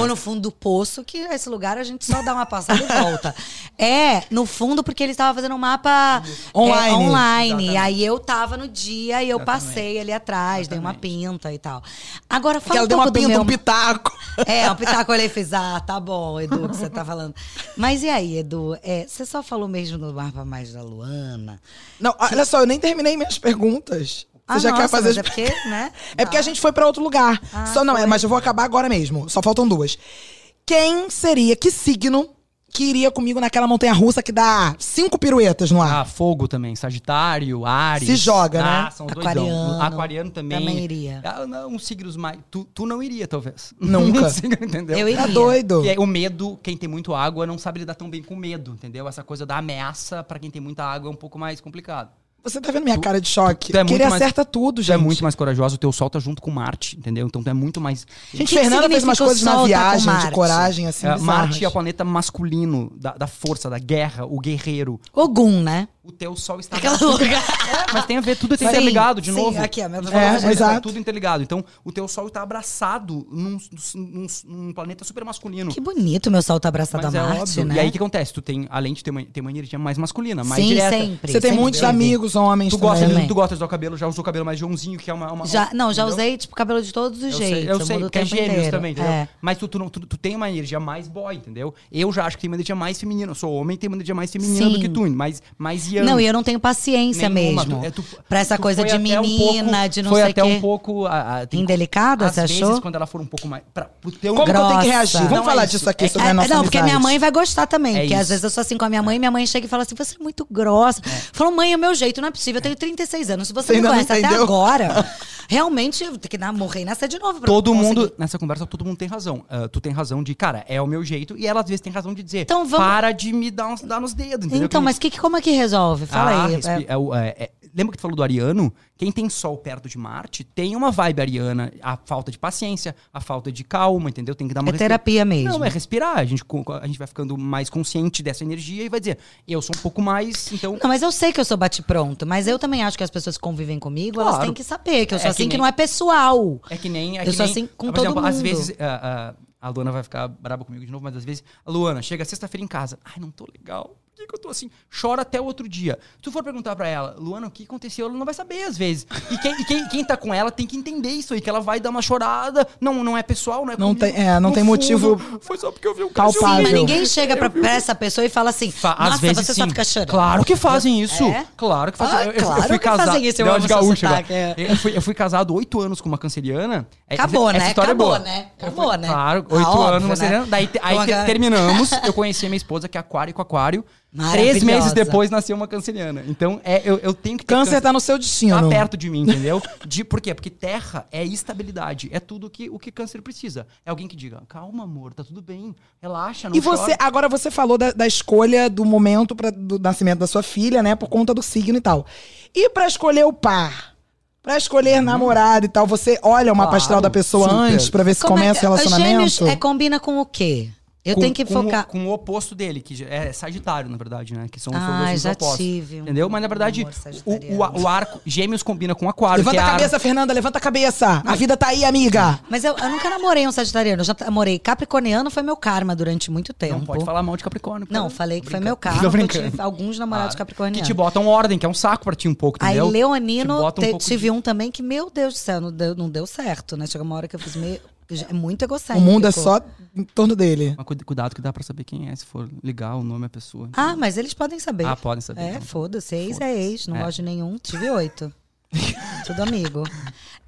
S1: ou no fundo do poço, que esse lugar a gente só dá uma passada e volta. É, no fundo, porque ele estava fazendo um mapa é,
S2: Online.
S1: online.
S3: Exatamente.
S1: E aí eu tava no dia e eu
S3: Exatamente. É
S1: passei ali atrás, dei uma pinta e tal. Agora
S2: Porque
S1: fala
S2: ela
S1: um
S2: deu
S1: pouco
S2: uma pinta,
S1: do meu...
S2: um pitaco.
S1: É, o Pitaco olhei e fez, ah, tá bom, Edu, que você tá falando. Mas e aí, Edu, é, você só falou mesmo do mapa mais da Luana.
S2: Não, olha só, eu nem terminei minhas perguntas. Você
S1: Ah,
S2: já
S1: nossa,
S2: quer fazer
S1: mas
S2: as
S1: é porque, né?
S2: É porque a gente foi pra outro lugar.
S1: Ah,
S2: Só não é,
S1: foi.
S2: mas eu vou acabar agora mesmo. Só faltam duas. Quem seria, que signo que iria comigo naquela montanha russa que dá cinco piruetas no ar?
S3: Ah, fogo também. Sagitário, Ares.
S2: Se joga,
S3: ah,
S2: né?
S3: São doidão.
S1: Aquariano.
S3: Aquariano também.
S1: Também iria.
S3: Ah, não, uns signos mais. Tu, tu não iria, talvez.
S2: Nunca.
S3: Um signo, entendeu?
S1: Eu iria.
S2: tá doido.
S3: E aí, o medo, quem tem muito água, não sabe lidar tão bem com o medo, entendeu? Essa coisa da ameaça, pra quem tem muita água, é um pouco mais complicado.
S2: Você tá vendo minha cara de choque?
S3: tu é
S2: Porque
S3: muito
S2: ele
S3: mais-
S2: acerta tudo,
S3: Tu já
S2: gente.
S3: é muito mais corajoso, o teu sol tá junto com Marte, entendeu? Então tu é muito mais.
S2: Gente,
S1: O que que
S2: Fernanda fez umas
S1: significa o
S2: coisas na
S1: sol tá com
S2: viagem, de
S1: Marte?
S2: coragem, assim,
S3: É,
S2: bizarras.
S3: Marte é o planeta masculino da, da força, da guerra, o guerreiro.
S1: Ogum, né?
S3: O teu sol está.
S1: Aquela lugar.
S3: É, mas tem a ver, tudo tem
S1: Sim,
S3: interligado de
S1: sim,
S3: novo.
S1: aqui, ó, meu
S3: Mas
S1: Deus.
S3: vamos
S2: É,
S3: pensar,
S2: exato.
S3: Tudo interligado. Então, o teu sol está abraçado num, num- num planeta super masculino.
S1: Que bonito meu sol tá abraçado
S3: mas
S1: a
S3: é
S1: Marte,
S3: óbvio.
S1: né?
S3: E aí o que acontece? Tu tem, além de ter uma, ter uma energia mais masculina, mais
S1: Sim,
S3: direta.
S1: sempre.
S2: Você tem
S1: sempre né?
S2: muitos
S1: teve.
S2: amigos, os homens
S3: Tu
S2: também.
S3: gosta, de,
S1: Também.
S3: tu gosta de usar o cabelo, já usou o cabelo mais de onzinho, que é uma. uma
S1: Já, não, já
S3: entendeu?
S1: usei, tipo, cabelo de todos os
S3: Eu
S1: jeitos.
S3: sei, eu sei,
S1: mudo o
S3: porque é
S1: tempo
S3: gêmeos
S1: inteiro.
S3: também, entendeu?
S1: É.
S3: Mas tu, tu, não- tu, tu tem uma energia mais boy, entendeu? Eu já acho que tem uma energia mais feminina. Eu sou homem, tem uma energia mais feminina do
S1: Sim.
S3: que tu, mais, mais yang.
S1: Não, e eu não tenho paciência
S3: Nenhuma.
S1: mesmo.
S3: Tu- é, tu-
S1: pra essa
S3: tu
S1: coisa
S3: foi
S1: de
S3: até um pouco-
S1: menina, de não
S3: foi
S1: sei o
S3: até
S1: quê.
S3: um pouco... a- a- tem-
S1: Indelicada,
S3: às
S1: você
S3: vezes,
S1: achou?
S3: quando ela for um pouco mais... Pra, pro teu
S2: Como que eu tenho que
S1: Grossa.
S2: reagir? Vamos
S3: Não é
S2: falar
S3: isso.
S2: disso aqui,
S3: É-
S2: sobre
S1: É,
S2: a nossa
S1: não, porque minha
S2: amizade.
S1: mãe vai gostar também.
S3: É
S1: porque às
S3: isso. É.
S1: vezes eu sou assim com a minha mãe, minha mãe chega e fala assim: você é muito grossa. Falou, mãe, é meu jeito, não é possível. Eu tenho 36 anos. Se
S2: Você
S1: você me
S2: ainda não
S1: conhece até
S2: entendeu?
S1: agora, realmente eu tenho que dar- morrer e nascer de novo. pra
S3: Todo
S1: conseguir.
S3: mundo, nessa conversa, todo mundo tem razão. Ah, tu tem razão de, cara, é o meu jeito. E ela, às vezes, tem razão de dizer,
S1: Então vamos-
S3: para de me dar, uns, dar nos dedos, entendeu?
S1: Então,
S3: Que-
S1: mas que, que- como é que resolve? Fala
S3: Ah,
S1: aí.
S3: respi- é o- é- é- lembra que tu falou do ariano? Quem tem sol perto de Marte tem uma vibe ariana. A falta de paciência, a falta de calma, entendeu? Tem que dar
S1: É,
S3: uma
S1: é terapia mesmo.
S3: Não, é respirar. A gente, co- a gente vai ficando mais consciente dessa energia e vai dizer, eu sou um pouco mais, então.
S1: Não, mas eu sei que eu sou bate-pronto, mas eu também acho que as pessoas que convivem comigo, elas
S3: Claro.
S1: têm que saber que eu sou
S3: É que
S1: assim, que,
S3: nem-
S1: não é pessoal.
S3: É que nem. É
S1: Eu
S3: que
S1: sou
S3: nem-
S1: assim com
S3: por
S1: todo
S3: Às
S1: mundo.
S3: vezes. ah, ah, a Luana vai ficar braba comigo de novo, mas às vezes. A Luana, chega sexta-feira em casa. Ai, não tô legal. Por que, que eu tô assim? Chora até o outro dia. Se tu for perguntar pra ela, Luana, o que aconteceu? Ela não vai saber às vezes. E quem, e quem, quem tá com ela tem que entender isso aí, que ela vai dar uma chorada. Não, não é pessoal, não é
S2: Não
S3: comigo.
S2: tem- é, não
S3: No
S2: tem motivo
S3: Foi só porque eu vi um o
S1: Sim,
S2: palpável.
S1: mas ninguém chega pra, pra essa pessoa e fala assim,
S3: Fa-
S1: nossa,
S3: às vezes
S1: você
S3: sim.
S1: só fica chorando.
S3: Claro que fazem isso.
S1: É?
S3: Claro que fazem.
S1: Ah,
S3: eu, eu- eu
S1: claro
S3: fui
S1: que fazem
S3: casado.
S1: isso, eu
S3: Deu
S1: amo
S3: de
S1: seu
S3: gaúcho agora.
S1: sotaque, é.
S3: Eu, fui, eu fui casado oito anos com uma canceriana. É,
S1: Acabou,
S3: essa
S1: né?
S3: história é
S1: Acabou,
S3: boa.
S1: né? Acabou, né?
S3: Claro,
S1: Ah,
S3: oito
S1: óbvio,
S3: anos.
S1: né?
S3: Canceriana. Daí, te- aí
S1: Uma
S3: te-
S1: cara-
S3: terminamos. Eu conheci a minha esposa, que é aquário com aquário. Três
S1: Maravilhosa.
S3: meses depois nasceu uma canceriana. Então, é, eu, eu tenho que ter
S2: Câncer tá no seu
S3: tá
S2: destino.
S3: perto de mim, entendeu? De, por quê? Porque terra é estabilidade. É tudo que, o que câncer precisa. É alguém que diga, calma, amor, tá tudo bem. Relaxa, não
S2: E você,
S3: chora."
S2: agora você falou da, da escolha do momento pra, do nascimento da sua filha, né? Por conta do signo e tal. E pra escolher o par? Pra escolher namorado e tal, você olha o mapa
S3: Claro,
S2: astral da pessoa
S3: super.
S2: antes pra ver se
S1: Como é-
S2: começa o
S1: Gêmeos
S2: relacionamento?
S1: é, combina com o quê? Eu
S3: Com-
S1: tenho que
S3: com
S1: focar.
S3: o- Com, o oposto dele, que já- é Sagitário, na verdade, né? Que são os
S1: Ah,
S3: dois
S1: já
S3: opostos.
S1: tive um
S3: entendeu? Mas na verdade,
S1: amor
S3: o,
S1: sagitariano.
S3: o, a- o arco, Gêmeos combina com Aquário.
S2: Levanta
S3: que é
S2: a
S3: ar-
S2: cabeça, Fernanda, levanta a cabeça. A vida tá aí, amiga.
S1: Mas eu, eu nunca namorei um sagitariano. Eu já namorei capricorniano, foi meu karma durante muito tempo.
S3: Não pode falar mal de Capricórnio.
S1: Não,
S3: cara.
S1: falei que
S3: Tô
S1: foi
S3: brincando.
S1: meu
S3: Tô
S1: karma. que Eu
S3: brincando.
S1: tive alguns namorados
S3: Ah,
S1: capricornianos.
S3: Que te botam ordem, que é um saco pra ti um pouco,
S1: Aí
S3: entendeu? Que
S1: Leonino,
S3: bota um
S1: te-
S3: pouco
S1: tive
S3: de-
S1: um também que, meu Deus do céu, não deu, não deu certo, né? Chegou uma hora que eu fiz meio. É muito
S2: O
S1: egocêntrico.
S2: mundo é só em torno dele.
S3: Mas cuida- cuidado que dá pra saber quem é, se for ligar o nome da pessoa.
S1: Ah, mas eles podem saber.
S3: Ah, podem saber,
S1: É,
S3: então.
S1: foda-se. Ex é
S3: Foda-se.
S1: ex, não
S3: É.
S1: gosto de nenhum. Tive oito. Tudo amigo.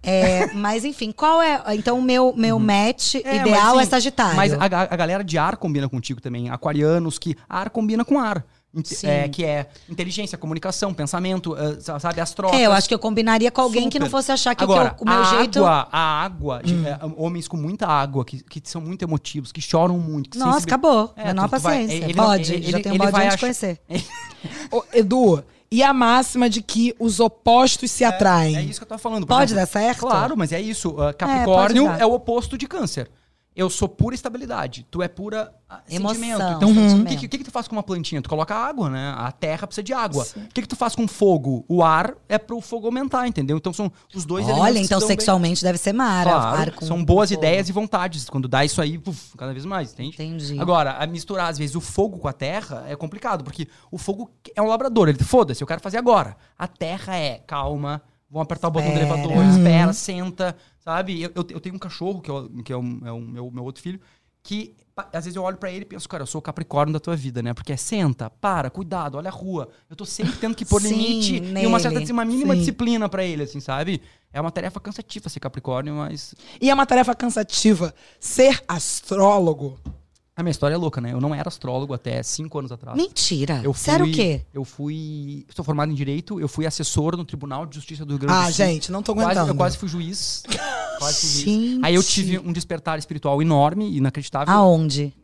S1: É, mas enfim, qual é. Então, o meu, meu match
S3: É,
S1: ideal é
S3: mas, sim,
S1: Sagitário.
S3: Mas a, ga- a galera de ar combina contigo também. Aquarianos, que ar combina com ar. Inte-
S1: Sim.
S3: É, que é inteligência, comunicação, pensamento, eh, sabe, as trocas.
S1: É, eu acho que eu combinaria com alguém que
S3: Super.
S1: não fosse achar que o que
S3: Agora,
S1: eu- o meu
S3: a
S1: jeito. Hum.
S3: Água, a água, de- é, homens com muita água, que, que são muito emotivos, que choram muito. Que
S1: Nossa,
S3: sensibil-
S1: acabou.
S3: É,
S1: Menor
S3: tu- tu vai-
S1: paciência.
S3: ele- ele-
S1: bode.
S3: ele-
S1: já
S3: ele-
S1: tenho
S3: ele
S1: bode
S3: vai
S1: antes de
S3: achar-
S1: conhecer.
S2: Ô, Edu, e a máxima de que os opostos se atraem?
S3: É isso que eu tava falando. por
S1: Pode
S3: exemplo.
S1: dar certo?
S3: Claro, mas é isso. ah, Capricórnio
S1: pode
S3: é,
S1: dar.
S3: o oposto de câncer. Eu sou pura estabilidade. Tu é pura ah,
S1: Emoção,
S3: sentimento. hum,
S1: sentimento.
S3: o que, que- o que que tu faz com uma plantinha? Tu coloca água, né? A terra precisa de água. O que, que tu faz com fogo? O ar é pro fogo aumentar, entendeu? Então são os dois elementos
S1: Olha,
S3: que
S1: então
S3: se dão bem.
S1: sexualmente deve ser mara.
S3: Claro,
S1: ar com-
S3: são boas
S1: com-
S3: ideias e vontades. Quando dá isso aí, puf, cada vez mais, entende?
S1: Entendi.
S3: Agora, a misturar, às vezes, o fogo com a terra é complicado, porque o fogo é um labrador. Ele, foda-se, eu quero fazer agora. A terra é, calma, vamos apertar o botão do
S1: Espera.
S3: elevador, espera, senta, sabe? Eu, eu, eu tenho um cachorro, que, é o- que é, um, é um meu, meu outro filho, que pa- às vezes eu olho pra ele e penso, cara, eu sou o capricórnio da tua vida, né? Porque é senta, para, cuidado, olha a rua. Eu tô sempre tendo que pôr
S1: Sim,
S3: limite e uma certa
S1: nele.
S3: uma mínima
S2: Sim.
S3: disciplina pra ele, assim, sabe? É uma tarefa cansativa ser capricórnio, mas
S2: E é uma tarefa cansativa. Ser astrólogo.
S3: a minha história é louca, né? Eu não era astrólogo até cinco anos atrás.
S1: Mentira.
S3: Eu fui,
S1: É. Sério o quê?
S3: Eu fui. Sou formado em Direito, eu fui assessor no Tribunal de Justiça do Rio Grande do
S2: Ah,
S3: Sul.
S2: gente, não tô aguentando.
S3: Quase, eu quase fui juiz. quase fui juiz.
S1: Gente.
S3: Aí eu tive um despertar espiritual enorme, inacreditável.
S1: Aonde?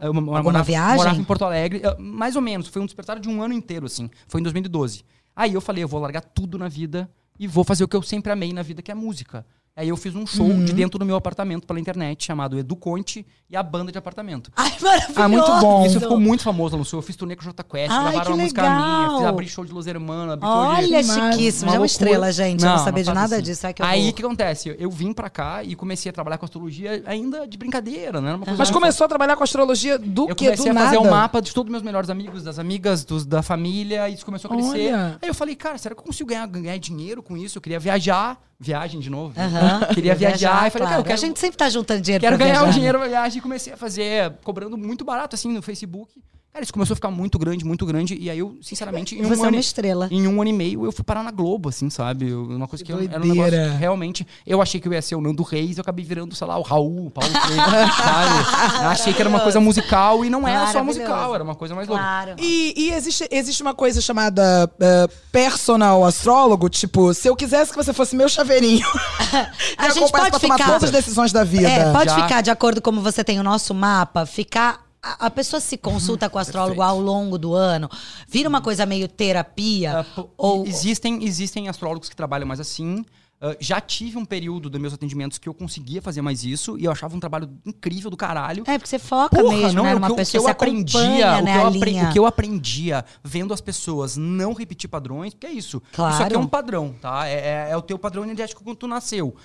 S3: Eu mo- morava,
S1: viagem?
S3: morava em Porto Alegre, eh, mais ou menos. Foi um despertar de um ano inteiro, assim. Foi em 2012. Aí eu falei, eu vou largar tudo na vida e vou fazer o que eu sempre amei na vida, que é a música. Aí eu fiz um show
S1: Uhum.
S3: de dentro do meu apartamento pela internet, chamado Edu Conte e a Banda de Apartamento.
S1: Ai, maravilhoso.
S2: Ah, muito bom.
S3: Isso ficou muito famoso lá no sul. Eu fiz turnê com o Jota Quest,
S1: Ai,
S3: gravaram
S1: que
S3: a música
S1: legal.
S3: minha, fiz abrir show de Los Hermanos, abri show de...
S1: Olha,
S2: demais.
S1: chiquíssimo. Já é uma
S3: loucura.
S1: estrela, gente. eu não sabia de
S3: faz
S1: nada
S3: assim.
S1: disso. Será que eu
S3: Aí o
S1: vou-
S3: que acontece? Eu, eu vim pra cá e comecei a trabalhar com astrologia ainda de brincadeira,
S1: Ah.
S3: né? Era Uma
S1: é
S3: coisa
S2: Mas começou a trabalhar com astrologia do
S3: eu
S2: quê?
S3: comecei
S2: Do
S3: a
S2: nada?
S3: fazer um mapa de todos os meus melhores amigos, das amigas, dos, da família, e isso começou a crescer.
S2: Olha.
S3: Aí eu falei, cara, será que eu consigo ganhar, ganhar dinheiro com isso? Eu queria viajar. Viagem de novo. né?
S1: Aham.
S3: Queria viajar. e falei, cara,
S1: claro.
S3: eu quero,
S1: A gente sempre tá juntando dinheiro
S3: quero
S1: pra
S3: ganhar
S1: viajar.
S3: o dinheiro pra viagem. E comecei a fazer, cobrando muito barato, assim, no Facebook. Cara, isso começou a ficar muito grande, muito grande. E aí eu, sinceramente, em um,
S1: Você é
S3: ano,
S1: uma estrela.
S3: em um ano e meio, eu fui parar na Globo, assim, sabe? Eu- Uma coisa que, eu, era um
S2: doideira.
S3: negócio que realmente... Eu achei que eu ia ser o Nando Reis, eu acabei virando, sei lá, o Raul, o Paulo Freire, sabe? Eu achei que era uma coisa musical e não era só
S1: Maravilhoso.
S3: musical, era uma coisa mais louca.
S1: Claro.
S2: E, e existe, existe uma coisa chamada eh, personal astrólogo, tipo, se eu quisesse que você fosse meu chaveirinho,
S1: É, A
S2: eu
S1: gente
S2: acompanhasse
S1: pode
S2: pra tomar
S1: ficar-
S2: todas as decisões da vida.
S1: É, pode
S3: Já.
S1: ficar de acordo como você tem o nosso mapa, ficar. A a pessoa se consulta com o astrólogo
S3: Perfeito.
S1: ao longo do ano, vira uma coisa meio terapia.
S3: Ah, po-
S1: ou
S3: existem, existem astrólogos que trabalham mais assim. Ah, já tive um período dos meus atendimentos que eu conseguia fazer mais isso e eu achava um trabalho incrível do caralho.
S1: É, porque você foca mesmo, né?
S3: é
S1: Numa
S3: o que,
S1: pessoa
S3: eu, o
S1: você
S3: que eu
S1: acompanha,
S3: aprendia,
S1: né?
S3: o, que eu
S1: a
S3: apre-
S1: linha.
S3: o que eu aprendia vendo as pessoas não repetir padrões, porque é isso. Isso aqui
S1: Claro.
S3: é um padrão, tá? É, é- é o teu padrão energético quando tu nasceu.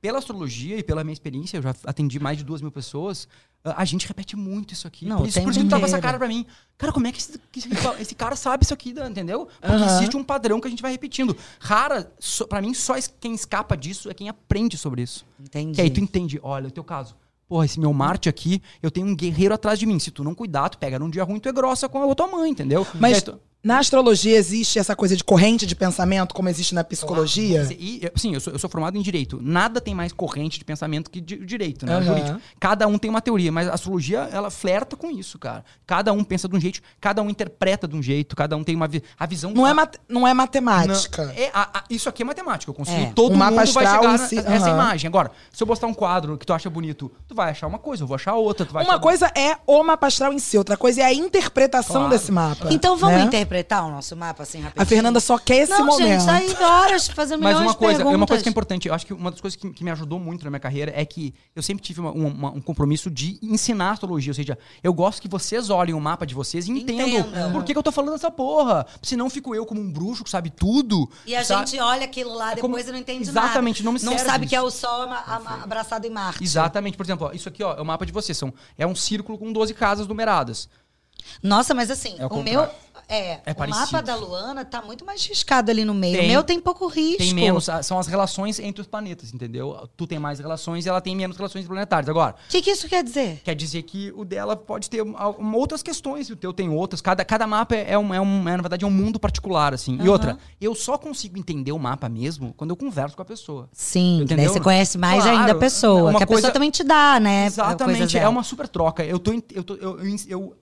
S3: Pela astrologia e pela minha experiência, eu já atendi mais de duas mil pessoas, ah, a a gente repete muito isso aqui.
S1: Não,
S3: por
S1: o
S3: isso,
S1: tempo
S3: por isso que tu tava
S1: inteiro.
S3: essa cara pra mim. Cara, como é que esse, que esse- esse cara sabe isso aqui, entendeu? Porque
S2: Aham.
S3: existe um padrão que a gente vai repetindo. Rara, so, pra mim, só es- quem escapa disso é quem aprende sobre isso. Que aí tu
S1: Entendi.
S3: entende, olha, o teu caso. Porra, esse meu Marte aqui, eu tenho um guerreiro atrás de mim. Se tu não cuidar, tu pega num dia ruim, tu é grossa com a tua mãe, entendeu? E aí
S2: Mas
S3: tu-
S2: na astrologia existe essa coisa de corrente de pensamento, como existe na psicologia?
S3: E, e- sim, eu sou, eu sou formado em direito. Nada tem mais corrente de pensamento que di- direito, né?
S2: Aham.
S3: Jurídico. Cada um tem uma teoria, mas a astrologia, ela flerta com isso, cara. Cada um pensa de um jeito, cada um interpreta de um jeito, cada um tem uma vi- a visão.
S2: Não é, mate- não é
S3: Não,
S2: matemática.
S3: é, a- a- isso aqui é matemática. Eu consigo.
S1: É.
S3: Todo
S2: O mapa
S3: mundo vai
S2: astral
S3: chegar
S2: em
S3: na-
S2: si,
S3: nessa
S2: aham.
S3: imagem. Agora, se eu postar um quadro que tu acha bonito, tu vai achar uma coisa, eu vou achar outra. Tu vai
S2: Uma
S3: achar...
S2: coisa é o mapa astral em si, outra coisa é a interpretação
S3: Claro.
S2: desse mapa.
S1: Então vamos
S2: né?
S1: interpretar o nosso mapa assim rapidinho.
S2: A Fernanda só quer esse
S1: Não,
S2: momento.
S1: gente, tá aí horas fazendo
S3: Mas
S1: milhões
S3: uma
S1: de
S3: coisa, é
S1: perguntas.
S3: uma coisa que é importante. Eu acho que uma das coisas que, que me ajudou muito na minha carreira é que eu sempre tive uma- uma- um compromisso de ensinar astrologia. Ou seja, eu gosto que vocês olhem o mapa de vocês e entendam
S1: Entendam.
S3: por que, que eu tô falando essa porra. Senão fico eu como um bruxo que sabe tudo.
S1: E a
S3: sabe?
S1: gente olha aquilo lá
S3: tá? É como-
S1: depois e não entende
S3: Exatamente, não
S1: nada.
S3: me serve
S1: sabe que é
S3: isso.
S1: o sol ama- ama- abraçado em Marte.
S3: Exatamente. Por exemplo, ó, isso aqui ó, é o mapa de vocês. São, é um círculo com 12 casas numeradas.
S1: Nossa, mas assim,
S3: É o
S1: o
S3: contrário.
S1: meu. É,
S3: É
S1: o
S3: parecido.
S1: mapa da Luana tá muito mais riscado ali no meio.
S3: Tem.
S1: o meu tem pouco risco.
S3: Tem menos, ah, são as relações entre os planetas, entendeu? Tu tem mais relações e ela tem menos relações planetárias. Agora,
S1: O que, que isso quer dizer?
S3: Quer dizer que o dela pode ter al- um- outras questões, e o teu tem outras. Cada, cada mapa é, é um, é um- é, na verdade, é um mundo particular, assim. E
S1: Aham.
S3: outra, eu só consigo entender o mapa mesmo quando eu converso com a pessoa.
S1: Sim,
S3: Entendeu?
S1: daí você conhece mais
S3: Claro,
S1: ainda a pessoa.
S3: uma
S1: Que a
S3: coisa-
S1: pessoa também te dá, né? coisas
S3: Exatamente, é
S1: dela.
S3: uma super troca. Eu tô, em- eu, tô- eu, eu ens- eu-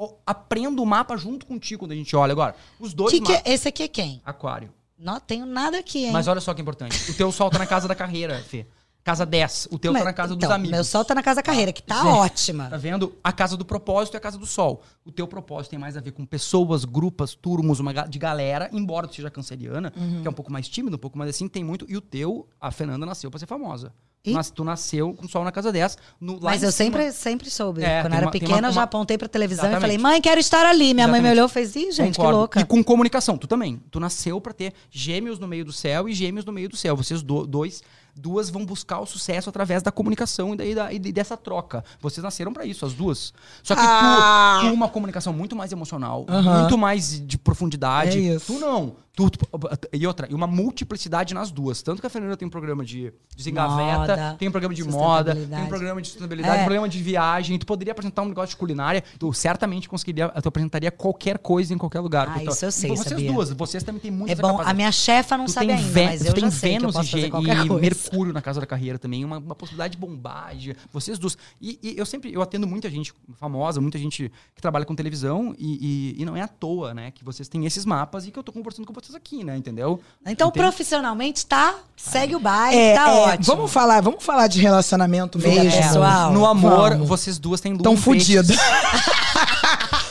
S3: eu aprendo o mapa junto contigo quando a gente olha agora. Os dois
S1: Que que-
S3: mapas.
S1: Esse aqui é quem?
S3: Aquário.
S1: Não tenho nada aqui, hein?
S3: Mas olha só que importante. O teu sol tá na casa da carreira, Fê. Casa 10. O teu
S1: Mas-
S3: tá na casa
S1: então,
S3: dos amigos.
S1: Meu sol tá na casa da carreira, que tá
S3: Gente. Tá
S1: ótima.
S3: vendo? A casa do propósito é a casa do sol. O teu propósito tem mais a ver com pessoas, grupos, turmos, uma ga- de galera, embora tu seja canceriana,
S1: Uhum.
S3: que é um pouco mais tímido, um pouco mais assim, tem muito. E o teu, a Fernanda nasceu pra ser famosa.
S1: E?
S3: Nas- tu nasceu com o sol na casa 10. No, lá
S1: Mas
S3: em
S1: eu
S3: cima.
S1: sempre, sempre soube. Quando
S3: É, tem
S1: eu era
S3: uma- tem
S1: pequena,
S3: uma-
S1: eu já
S3: uma-
S1: apontei pra televisão e falei,
S3: Exatamente.
S1: mãe, quero estar ali. Minha mãe me
S3: Exatamente.
S1: olhou e fez, ih, gente,
S3: Concordo.
S1: que louca.
S3: E com comunicação, tu também. Tu nasceu pra ter gêmeos no meio do céu e gêmeos no meio do céu. Vocês do- dois, duas vão buscar o sucesso através da comunicação e, daí da- e dessa troca. Vocês nasceram pra isso, as duas. Só que tu-
S2: Ah!
S3: tu, uma comunicação muito mais emocional,
S2: Aham.
S3: muito mais de profundidade.
S2: É isso.
S3: Tu não. Tu, tu- e outra, e uma multiplicidade nas duas. Tanto que a Fernanda tem um programa de desengaveta,
S1: Moda,
S3: tem um programa de moda, tem um
S1: sustentabilidade.
S3: programa de sustentabilidade,
S1: É.
S3: um programa de viagem. Tu poderia apresentar um negócio de culinária. Tu certamente conseguiria, tu apresentaria qualquer coisa em qualquer lugar.
S1: Ah,
S3: Porque
S1: isso
S3: tu-
S1: eu sei,
S3: Vocês
S1: sabia.
S3: duas, vocês também têm muita
S1: É bom, a minha chefa não
S3: Tu
S1: sabe
S3: tem,
S1: ainda,
S3: Vê-
S1: mas
S3: tu
S1: eu
S3: tem
S1: já sei que eu
S3: Vênus
S1: posso
S3: e, Gê-
S1: fazer qualquer
S3: e
S1: coisa.
S3: Mercúrio na casa da carreira também, uma, uma possibilidade de bombagem. Vocês duas. E, e eu sempre, eu atendo muita gente famosa, muita gente que trabalha com televisão, e, e- e não é à toa, né? Que vocês têm esses mapas e que eu tô conversando com vocês aqui, né? Entendeu?
S1: Então,
S3: Entende?
S1: profissionalmente, tá? Segue o baile,
S2: É,
S1: tá
S2: é,
S1: ótimo.
S2: Vamos falar, vamos falar de relacionamento
S1: Vida
S2: mesmo.
S1: pessoal.
S3: Então, No amor,
S2: Vamos.
S3: vocês duas têm lua
S2: Tão
S3: em peixes.
S2: fudido.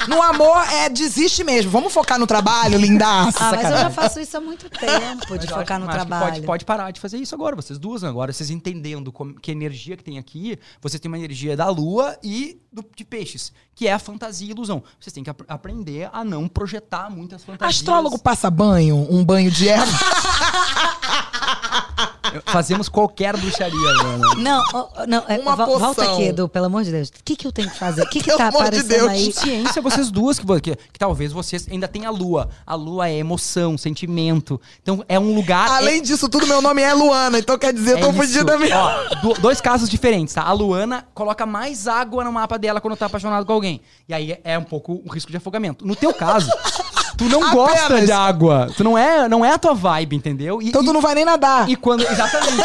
S2: No amor, é desiste mesmo. Vamos focar no trabalho, lindaça.
S1: Ah, mas eu já
S2: cara.
S1: faço isso há muito tempo, de
S3: Mas eu
S1: focar
S3: acho-
S1: no
S3: acho que
S1: trabalho.
S3: Pode, pode parar de fazer isso agora, vocês duas agora, vocês entendendo como- que energia que tem aqui, vocês têm uma energia da lua e do- de peixes, que é a fantasia e ilusão. Vocês têm que ap- aprender a não projetar muitas fantasias.
S2: Astrólogo passa banho, um banho de erva.
S3: Eu- Fazemos qualquer bruxaria, Ana.
S1: Não, ó, não, é,
S2: Uma
S1: vo- volta
S2: poção.
S1: aqui, Edu, pelo amor de Deus. O que, que eu tenho que fazer? O que, que
S2: Pelo
S1: tá
S2: amor de
S1: aparecendo
S2: Deus.
S1: aí?
S3: Ciência, é vocês duas, que, vo- que, que talvez vocês ainda tenham a lua. A lua é emoção, sentimento. Então é um lugar. é-
S2: Além disso tudo, meu nome é Luana, então quer dizer, eu
S3: É
S2: tô
S3: isso.
S2: fodida mesmo.
S3: Ó, do- dois casos diferentes, tá? A Luana coloca mais água no mapa dela quando tá apaixonada com alguém. E aí é um pouco um risco de afogamento. No teu caso, tu não gosta
S2: Apenas.
S3: de água. Tu não é, não é a tua vibe, entendeu? E,
S2: Então tu não vai nem nadar.
S3: e, e quando. Exatamente.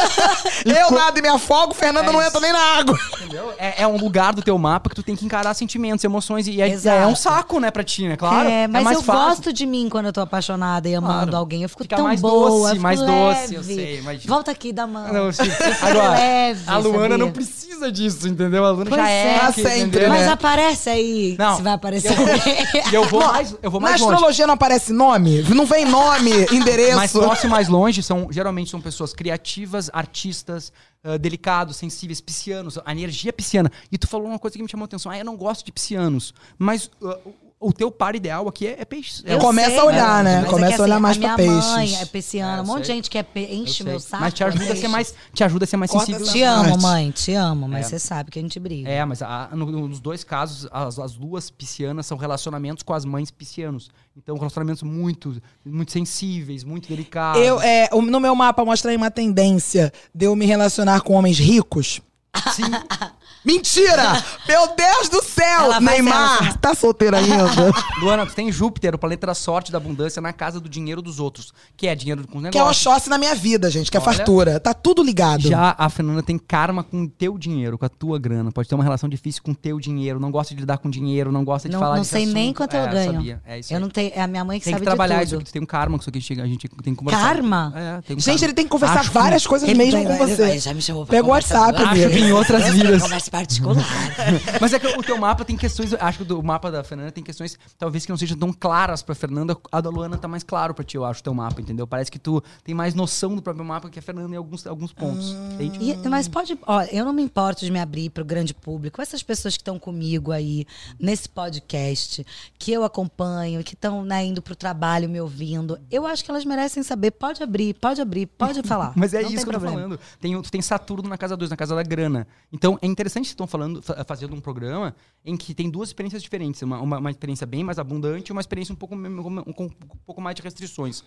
S3: E
S2: eu
S3: quan-
S2: nado e me afogo, Fernanda
S3: É
S2: não
S3: isso.
S2: entra nem na água.
S3: entendeu? É, é um lugar do teu mapa que tu tem que encarar sentimentos, emoções. E é,
S1: Exato.
S3: é um saco, né, pra ti, né? Claro.
S1: é, mas
S3: mais
S1: eu
S3: fácil.
S1: gosto de mim quando eu tô apaixonada e amando
S3: Claro.
S1: alguém. Eu fico
S3: Fica
S1: tão
S3: mais
S1: boa,
S3: doce,
S1: eu fico
S3: mais doce, eu
S1: leve.
S3: sei, imagina.
S1: Volta aqui da mão.
S3: Não, sim. Agora,
S1: Leve,
S3: a Luana
S1: sabia?
S3: não precisa disso, entendeu? A Luana
S1: Pois
S3: já
S1: é.
S3: é.
S1: Pra
S3: que-
S2: sempre,
S3: entendeu?
S1: mas
S2: né?
S1: aparece aí
S3: Não.
S1: se vai aparecer
S3: Eu-
S1: alguém.
S3: E eu vou mais, eu vou
S2: Na
S3: mais longe.
S2: astrologia não aparece nome? Não vem nome,
S3: Mais
S2: endereço.
S3: próximo e mais longe são geralmente são pessoas criativas, artistas, ah, delicados, sensíveis, piscianos, a energia é pisciana. E tu falou uma coisa que me chamou a atenção. Ah, eu não gosto de piscianos, mas ah, o o teu par ideal aqui é, é peixe. É
S1: Eu
S2: Começa
S1: sei,
S2: a olhar,
S1: mas-
S2: né?
S1: mas é que
S2: Começa a olhar mais
S1: a
S2: pra
S1: minha Mãe
S2: peixes.
S1: é
S3: É,
S1: pisciana,
S3: eu
S1: um monte de
S3: sei.
S1: gente que é pe-
S3: eu
S1: enche
S3: sei.
S1: meu saco.
S3: Mas te ajuda a ser
S1: peixe.
S3: mais, te ajuda a ser mais
S2: Corta
S3: sensível.
S2: essa
S1: Te amo,
S2: Arte.
S1: mãe, te amo, mas você sabe que a gente briga.
S3: É, mas a- no- nos dois casos, as, as luas piscianas são relacionamentos com as mães piscianos. Então, relacionamentos muito, muito sensíveis, muito delicados.
S2: Eu, é, o- no meu mapa mostra aí uma tendência de eu me relacionar com homens ricos.
S3: Sim,
S2: Mentira! Meu Deus do céu!
S1: Ela vai se
S2: Neymar,
S1: relacionar.
S2: tá solteira ainda?
S3: Luana, tu tem Júpiter, o planeta da sorte, da abundância, na casa do dinheiro dos outros, que é dinheiro com os
S2: que é o
S3: negócios.
S2: Oxóssi na minha vida, gente, que é
S3: Olha.
S2: fartura. Tá tudo ligado.
S3: Já a Fernanda tem karma com o teu dinheiro, com a tua grana. Pode ter uma relação difícil com o teu dinheiro, não gosta de lidar com dinheiro, não gosta de
S1: Não-
S3: falar
S1: não
S3: desse
S1: sei nem
S3: assunto.
S1: quanto eu
S3: É,
S1: ganho.
S3: sabia. É isso
S1: Eu
S3: aí.
S1: não tenho. É a minha mãe que
S3: Tem que
S1: sabe
S3: trabalhar
S1: de
S3: isso aqui,
S1: tudo.
S3: tu tem um karma com isso aqui, chega- a gente tem que conversar.
S1: Karma?
S3: É, tem um
S2: Gente,
S3: karma.
S2: ele tem que conversar
S3: Acho que-
S2: várias coisas é mesmo com
S1: Ele-
S2: você.
S1: ele já me chamou pra
S2: Pega o
S1: conversar
S2: WhatsApp,
S1: agora.
S3: Acho que em outras
S2: é
S1: Eu sei,
S3: vidas.
S1: Conversa particular.
S3: Mas é que o teu mapa tem questões, eu acho que o mapa da Fernanda tem questões talvez que não sejam tão claras pra Fernanda, a da Luana tá mais claro pra ti, eu acho, o teu mapa, entendeu? Parece que tu tem mais noção do próprio mapa que a Fernanda em alguns, alguns pontos, entende?
S1: E- mas pode. Ó, eu não me importo de me abrir para o grande público. Essas pessoas que estão comigo aí nesse podcast, que eu acompanho, que estão né, indo pro trabalho me ouvindo, eu acho que elas merecem saber. Pode abrir, pode abrir, pode falar.
S3: Mas é
S1: Não tem
S3: isso que eu tô
S1: problema.
S3: falando. Tem, o- tu tem Saturno na casa 2, na casa da grana. Então é interessante que estão falando, fa- fazendo um programa em que tem duas experiências diferentes. Uma, uma, uma experiência bem mais abundante e uma experiência um pouco, me- um, com um pouco mais de restrições.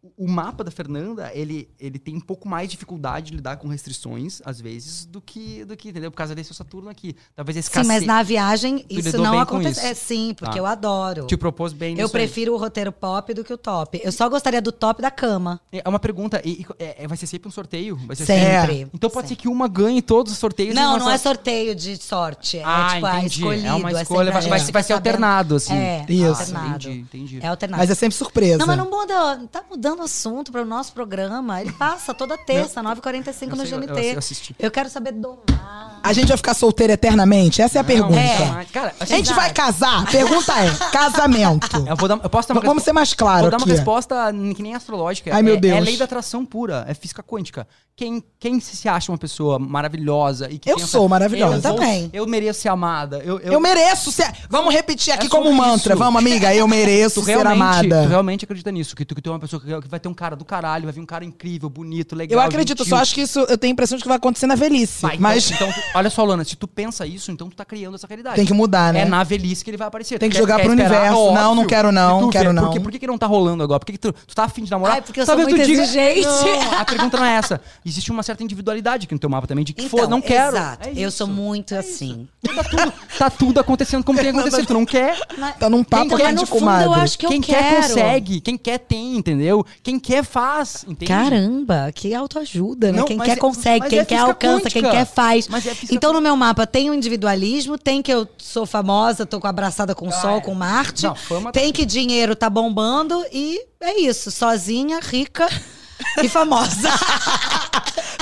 S3: O, o mapa da Fernanda, ele, ele tem um pouco mais de dificuldade de lidar com restrições, às vezes, do que, do que entendeu? Por causa desse Saturno aqui. Talvez esse
S1: Sim, mas na viagem isso
S3: lidou
S1: não
S3: bem com
S1: acontece.
S3: isso?
S1: É sim, porque
S3: Tá.
S1: eu adoro.
S3: Te propôs bem
S1: eu
S3: nisso aí.
S1: prefiro o roteiro pop do que o top. Eu só gostaria do top da cama.
S3: É uma pergunta, e, e- é- é- vai ser sempre um sorteio? Vai ser
S1: Sempre.
S3: Então pode ser que uma ganhe todos os sorteios. e
S1: Não,
S3: uma
S1: não
S3: só-
S1: é sorteio de sorte. É
S3: Ah,
S1: tipo, ah,
S3: entendi.
S1: escolhido.
S3: É uma escolha,
S1: sempre a
S3: vai, vai
S1: gente
S3: ser- vai ser
S1: sabendo.
S3: alternado, assim.
S1: É,
S2: Isso.
S3: Ah,
S1: alternado.
S3: entendi, entendi.
S1: É alternado.
S2: Mas é sempre surpresa.
S1: Não, mas não muda. Tá mudando o assunto para o nosso programa. Ele passa toda terça, 9h45
S3: Eu
S1: no
S3: sei, eu-
S1: GNT.
S3: eu assisti.
S1: Eu quero saber domar.
S2: A gente vai ficar solteira eternamente? Essa é a pergunta.
S1: é.
S3: Cara,
S2: A
S3: assim,
S2: gente
S1: Exato.
S2: vai casar? Pergunta é: casamento.
S3: eu, vou dar, eu posso dar uma
S2: Vamos ser
S3: resposta-
S2: mais claros
S3: Vou dar uma
S2: aqui.
S3: resposta n- que nem astrológica.
S2: Ai,
S3: É-
S2: meu
S3: É
S2: Deus.
S3: lei da atração pura, é física quântica. Quem, quem se se acha uma pessoa maravilhosa e que
S2: Eu
S3: pensa,
S2: sou maravilhosa.
S3: vou-
S2: Também.
S3: Eu mereço ser amada. Eu, eu,
S2: Eu mereço ser. Vamos repetir aqui
S3: É
S2: como
S3: sobre
S2: mantra.
S3: isso.
S2: Vamos, amiga. Eu mereço
S3: tu
S2: ser
S3: realmente, tu
S2: amada.
S3: realmente acredita nisso, que tu, que tu é uma pessoa que, que vai ter um cara do caralho, vai vir um cara incrível, bonito, legal.
S2: Eu acredito,
S3: gentil.
S2: só acho que isso. Eu tenho a impressão de que vai acontecer na velhice.
S3: é Vai, então-
S2: mas
S3: então, tu- olha só, Lana, se tu pensa isso, então tu tá criando essa realidade.
S2: tem que mudar, né?
S3: É na velhice que ele vai aparecer.
S2: Tem que
S3: Tu
S2: jogar pro
S3: esperar?
S2: universo. Não, não quero não,
S3: E tu
S2: quero
S3: vê,
S2: não.
S3: Por que, por que que não tá rolando agora? Por que, que tu, tu tá afim de namorar?
S1: Ai, porque eu sou
S3: Talvez tu
S1: muito
S3: diga-
S1: exigente.
S3: Não, a pergunta não é essa. Existe uma certa individualidade aqui no teu mapa também, de que
S1: Então,
S3: for, não quero.
S1: Exato.
S3: É
S1: eu
S3: isso.
S1: sou muito assim.
S3: Tá tudo, tá tudo acontecendo como tem acontecido. Tu não quer.
S2: Tá num papo
S1: Então,
S2: aqui
S1: mas no
S2: de
S1: fundo
S2: comadre.
S1: eu acho que
S3: Quem
S1: eu
S3: quer
S1: quero.
S3: consegue. Quem quer tem, entendeu? Quem quer faz, entende?
S1: Caramba, que autoajuda, né?
S3: Não,
S1: quem
S3: mas
S1: quer
S3: é-
S1: consegue,
S3: mas
S1: quem
S3: é
S1: quer
S3: física
S1: alcança, quem
S3: quântica.
S1: quer faz.
S3: Mas é física
S1: então no meu mapa tem o individualismo, tem que eu sou famosa, tô com abraçada com o sol,
S3: é.
S1: com Marte,
S3: Não, fama tá-
S1: tem que dinheiro tá bombando e é isso, sozinha, rica e famosa.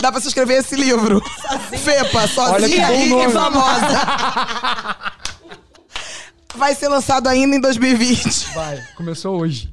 S2: Dá pra se escrever esse livro. Fepa, sozinha,
S3: bom
S2: rica e
S3: nome.
S2: famosa. Vai ser lançado ainda em 2020.
S3: Vai, começou hoje.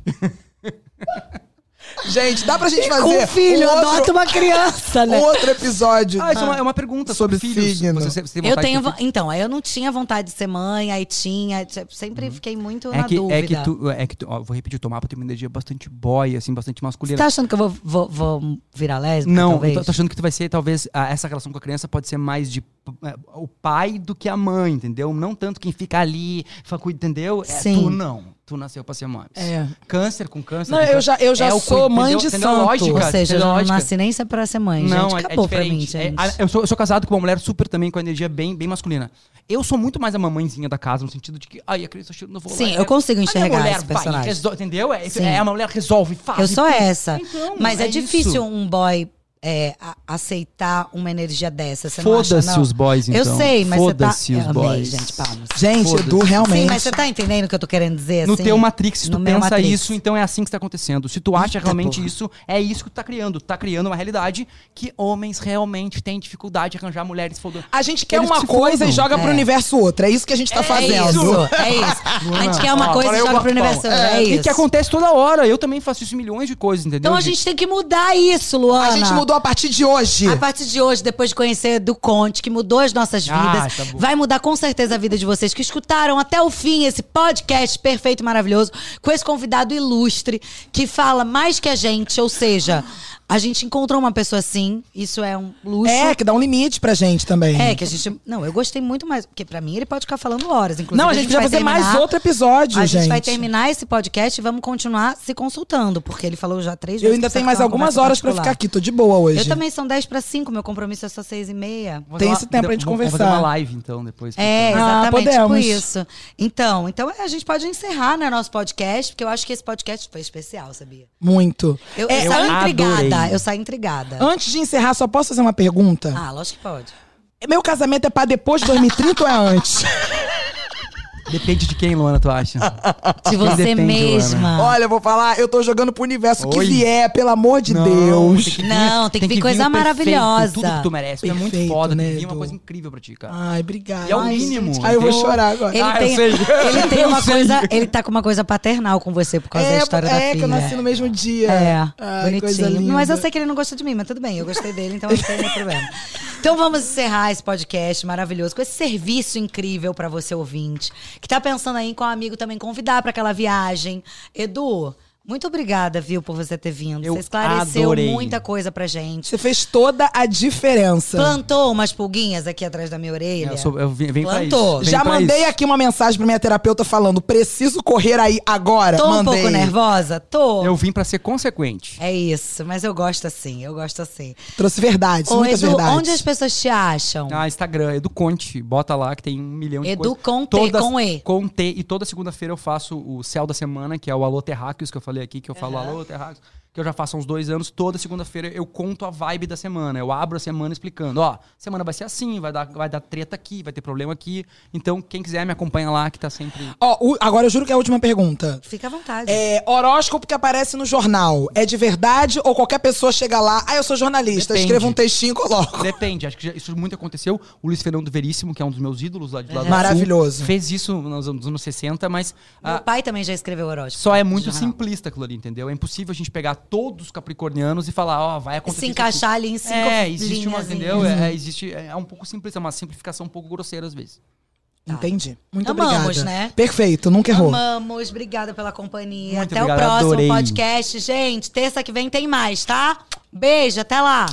S2: Gente, dá pra gente fazer
S1: Com um filho,
S2: um
S1: adota
S2: outro, um
S1: uma criança, né?
S2: outro episódio.
S3: Ah, isso é uma, é uma pergunta sobre,
S2: Sobre
S3: filhos.
S2: signo.
S3: Você- você tem
S1: Eu
S3: vontade de ter
S1: tenho.
S3: filho?
S1: vo- Então, aí eu não tinha vontade de ser mãe, aí tinha. t- Sempre fiquei muito
S3: É
S1: na
S3: que,
S1: dúvida.
S3: é que tu. É que tu ó, vou repetir, o Tomapa tem uma energia bastante boy, assim, bastante
S1: Você
S3: masculina.
S1: tá achando que eu vou, vou- vou virar lésbica?
S3: Não,
S1: talvez?
S3: eu tô, tô achando que tu vai ser, talvez, a- essa relação com a criança pode ser mais de é, o pai do que a mãe, entendeu? Não tanto quem fica ali, fa- cuida, entendeu? É,
S1: Sim.
S3: Tu não. Tu nasceu pra ser mãe.
S2: É.
S3: Câncer com câncer.
S2: Não,
S3: com
S2: eu
S3: câncer.
S2: já, eu já
S3: É o
S2: sou
S3: cuidado,
S2: mãe de
S3: entendeu?
S2: santo.
S3: Lógico.
S1: Ou seja, eu não
S3: lógica.
S1: nasci nem sempre pra ser mãe,
S3: Não,
S1: gente.
S3: é- é
S1: Acabou pra mim,
S3: diferente. É,
S1: gente.
S3: a- eu, sou, eu sou casado com uma mulher super também, com energia bem, bem masculina. Eu sou muito mais a mamãezinha da casa, no sentido de que, ai, a criança tá chorando, eu vou lá.
S1: Sim,
S3: É-
S1: eu consigo
S3: a minha
S1: enxergar
S3: mulher
S1: esse
S3: vai,
S1: personagem.
S3: resol- entendeu? É,
S1: Sim.
S3: é, a mulher resolve, faz.
S1: Eu sou
S3: e-
S1: essa.
S3: Então,
S1: Mas é,
S3: isso.
S1: difícil um boy é, a- aceitar uma energia dessa. Você não acha,
S3: Foda-se
S1: não?
S3: os boys, então.
S1: Eu sei, mas você tá...
S3: Foda-se os
S1: eu amei,
S3: boys.
S1: gente, palmas.
S2: Gente,
S3: Foda-se.
S2: Edu, realmente.
S1: Sim, mas você tá entendendo o que eu tô querendo dizer?
S3: No
S1: assim?
S3: teu tá Matrix, se tu
S1: No meu
S3: pensa
S1: Matrix.
S3: isso, então é assim que está acontecendo. Se tu acha
S1: Eita
S3: realmente
S1: porra.
S3: isso, é isso que tu tá criando. Tu tá criando uma realidade que homens realmente têm dificuldade de arranjar mulheres foda
S2: A gente quer
S3: Eles
S2: uma
S3: se
S2: coisa
S3: fodam.
S2: e joga pro
S1: É.
S2: universo outra. É isso que a gente tá fazendo.
S1: É isso, é isso. A gente quer uma
S3: Ó,
S1: coisa
S3: agora
S1: e
S3: eu
S1: joga pro
S3: bato
S1: universo.
S3: palma.
S1: É,
S3: E
S1: isso.
S3: que acontece toda hora. Eu também faço isso em milhões de coisas, entendeu?
S1: Então a gente tem que mudar isso, Luana.
S2: A gente mudou a partir de hoje.
S1: A partir de hoje, depois de conhecer do Conte, que mudou as nossas
S3: Ah,
S1: vidas,
S3: tá bom.
S1: vai mudar com certeza a vida de vocês que escutaram até o fim esse podcast perfeito e maravilhoso, com esse convidado ilustre que fala mais que a gente, ou seja, a gente encontrou uma pessoa assim, isso é um luxo.
S2: É, que dá um limite pra gente também.
S1: É, que a gente. Não, eu gostei muito mais. Porque pra mim ele pode ficar falando horas, inclusive.
S2: Não, a gente podia
S1: vai
S2: fazer mais
S1: terminar-
S2: outro episódio,
S1: A gente, vai terminar esse podcast e vamos continuar se consultando, porque ele falou já três vezes.
S2: Eu
S1: que
S2: ainda
S1: precisa
S2: tenho mais
S1: ter uma
S2: algumas
S1: conversa
S2: horas pra ficar
S1: particular.
S2: aqui. Tô de boa hoje.
S1: Eu também são 10 para 5, meu compromisso é só 6 e meia.
S3: Vamos
S2: tem
S3: lá-
S2: esse tempo pra gente
S3: vamos- Vamos
S2: conversar.
S3: fazer uma live, então, depois.
S1: É,
S2: Ah,
S1: exatamente, tipo
S2: podemos.
S1: isso. Então, então é, a gente pode encerrar né, nosso podcast, porque eu acho que esse podcast foi especial, sabia?
S2: Muito.
S1: Eu,
S2: É,
S1: eu saí
S3: eu
S1: intrigada,
S3: adorei.
S1: eu saí intrigada.
S2: Antes de encerrar, só posso fazer uma pergunta?
S1: Ah, lógico que pode.
S2: Meu casamento é pra depois de 2030 ou é antes?
S3: Depende de quem, Luana, tu acha?
S1: Ah, De você
S3: Depende,
S1: mesma.
S2: Olha, eu vou falar, eu tô jogando pro universo que
S3: Oi.
S2: vier, pelo amor de
S3: Não,
S2: Deus.
S3: tem que vir-
S1: Não, tem que vir coisa
S3: o perfeito,
S1: maravilhosa.
S3: Tudo que tu merece. Tu é muito
S2: Perfeito,
S3: foda,
S2: né,
S3: tem que vir uma
S2: Edu?
S3: coisa incrível pra ti, cara.
S2: Ai, obrigada.
S3: E é o
S2: Ai,
S3: mínimo,
S2: gente. Ai, eu vou
S3: entendeu?
S2: chorar agora.
S1: Ele,
S3: Ah, eu
S1: tem,
S3: sei.
S1: ele tem
S3: Eu
S1: uma
S3: sei.
S1: coisa. Ele tá com uma coisa paternal com você por causa da história da
S2: é,
S1: filha.
S2: que eu nasci no mesmo dia.
S1: É,
S2: Ai, coisa
S1: bonitinho.
S2: linda.
S1: Mas eu sei que ele não gosta de mim, mas tudo bem, eu gostei dele, então não tem nenhum problema. Então vamos encerrar esse podcast maravilhoso com esse serviço incrível pra você ouvinte, que tá pensando aí em qual amigo também convidar pra aquela viagem. Edu, muito obrigada, viu, por você ter vindo.
S3: Eu
S1: você esclareceu
S3: adorei.
S1: muita coisa pra gente.
S2: Você fez toda a diferença.
S1: Plantou umas pulguinhas aqui atrás da minha orelha.
S3: É, Eu, sou, eu vim- venho pra
S1: Plantou.
S3: isso. venho
S2: Já
S3: pra
S2: mandei
S3: isso.
S2: aqui uma mensagem pra minha terapeuta falando: preciso correr aí agora.
S1: Tô um
S2: mandei.
S1: pouco nervosa? Tô.
S3: Eu vim pra ser consequente.
S1: É isso, mas eu gosto assim, eu gosto assim.
S2: Trouxe verdades,
S1: Ô,
S2: muitas
S1: Edu,
S2: verdades.
S1: onde as pessoas te acham?
S3: Ah, Instagram, Edu Conte. Bota lá que tem um milhão de
S1: Edu
S3: coisas.
S1: com T,
S3: Todas-
S1: com E.
S3: Com T. E toda segunda-feira eu faço o Céu da Semana, que é o Alô Terráqueos, que eu falei aqui, que eu falo Alô Terráqueos, que eu já faço há uns dois anos. Toda segunda-feira eu conto a vibe da semana. Eu abro a semana explicando. Ó, semana vai ser assim, vai dar, vai dar treta aqui, vai ter problema aqui. Então, quem quiser me acompanha lá, que tá sempre...
S2: Ó, o- agora eu juro que é a última pergunta.
S1: Fica à vontade.
S2: É, horóscopo que aparece no jornal. É de verdade ou qualquer pessoa chega lá? Ah, eu sou jornalista,
S3: Depende.
S2: escrevo um textinho e coloco.
S3: Depende, acho que já- isso muito aconteceu. O Luiz Fernando Veríssimo, que é um dos meus ídolos lá de lá do
S2: Maravilhoso.
S3: Sul, fez isso nos anos nos anos 60, mas...
S1: Meu
S3: ah,
S1: pai também já escreveu horóscopo.
S3: Só é muito
S1: Jornal.
S3: simplista aquilo ali, entendeu? É impossível a gente pegar todos os capricornianos e falar, ó, vai acontecer.
S1: Se
S3: isso
S1: encaixar ali em
S3: aqui.
S1: cinco
S3: É, existe
S1: linhas,
S3: uma,
S1: assim.
S3: entendeu?
S1: hein?
S3: É, é, existe, é, é um pouco simplista, uma simplificação um pouco grosseira às vezes.
S2: Entendi. Muito
S1: Amamos,
S2: obrigada.
S1: né?
S2: Perfeito, nunca errou.
S1: Amamos, obrigada pela companhia.
S3: Muito
S1: até
S3: obrigado,
S1: o próximo
S3: adorei.
S1: podcast, gente. Terça que vem tem mais, tá? Beijo, até lá.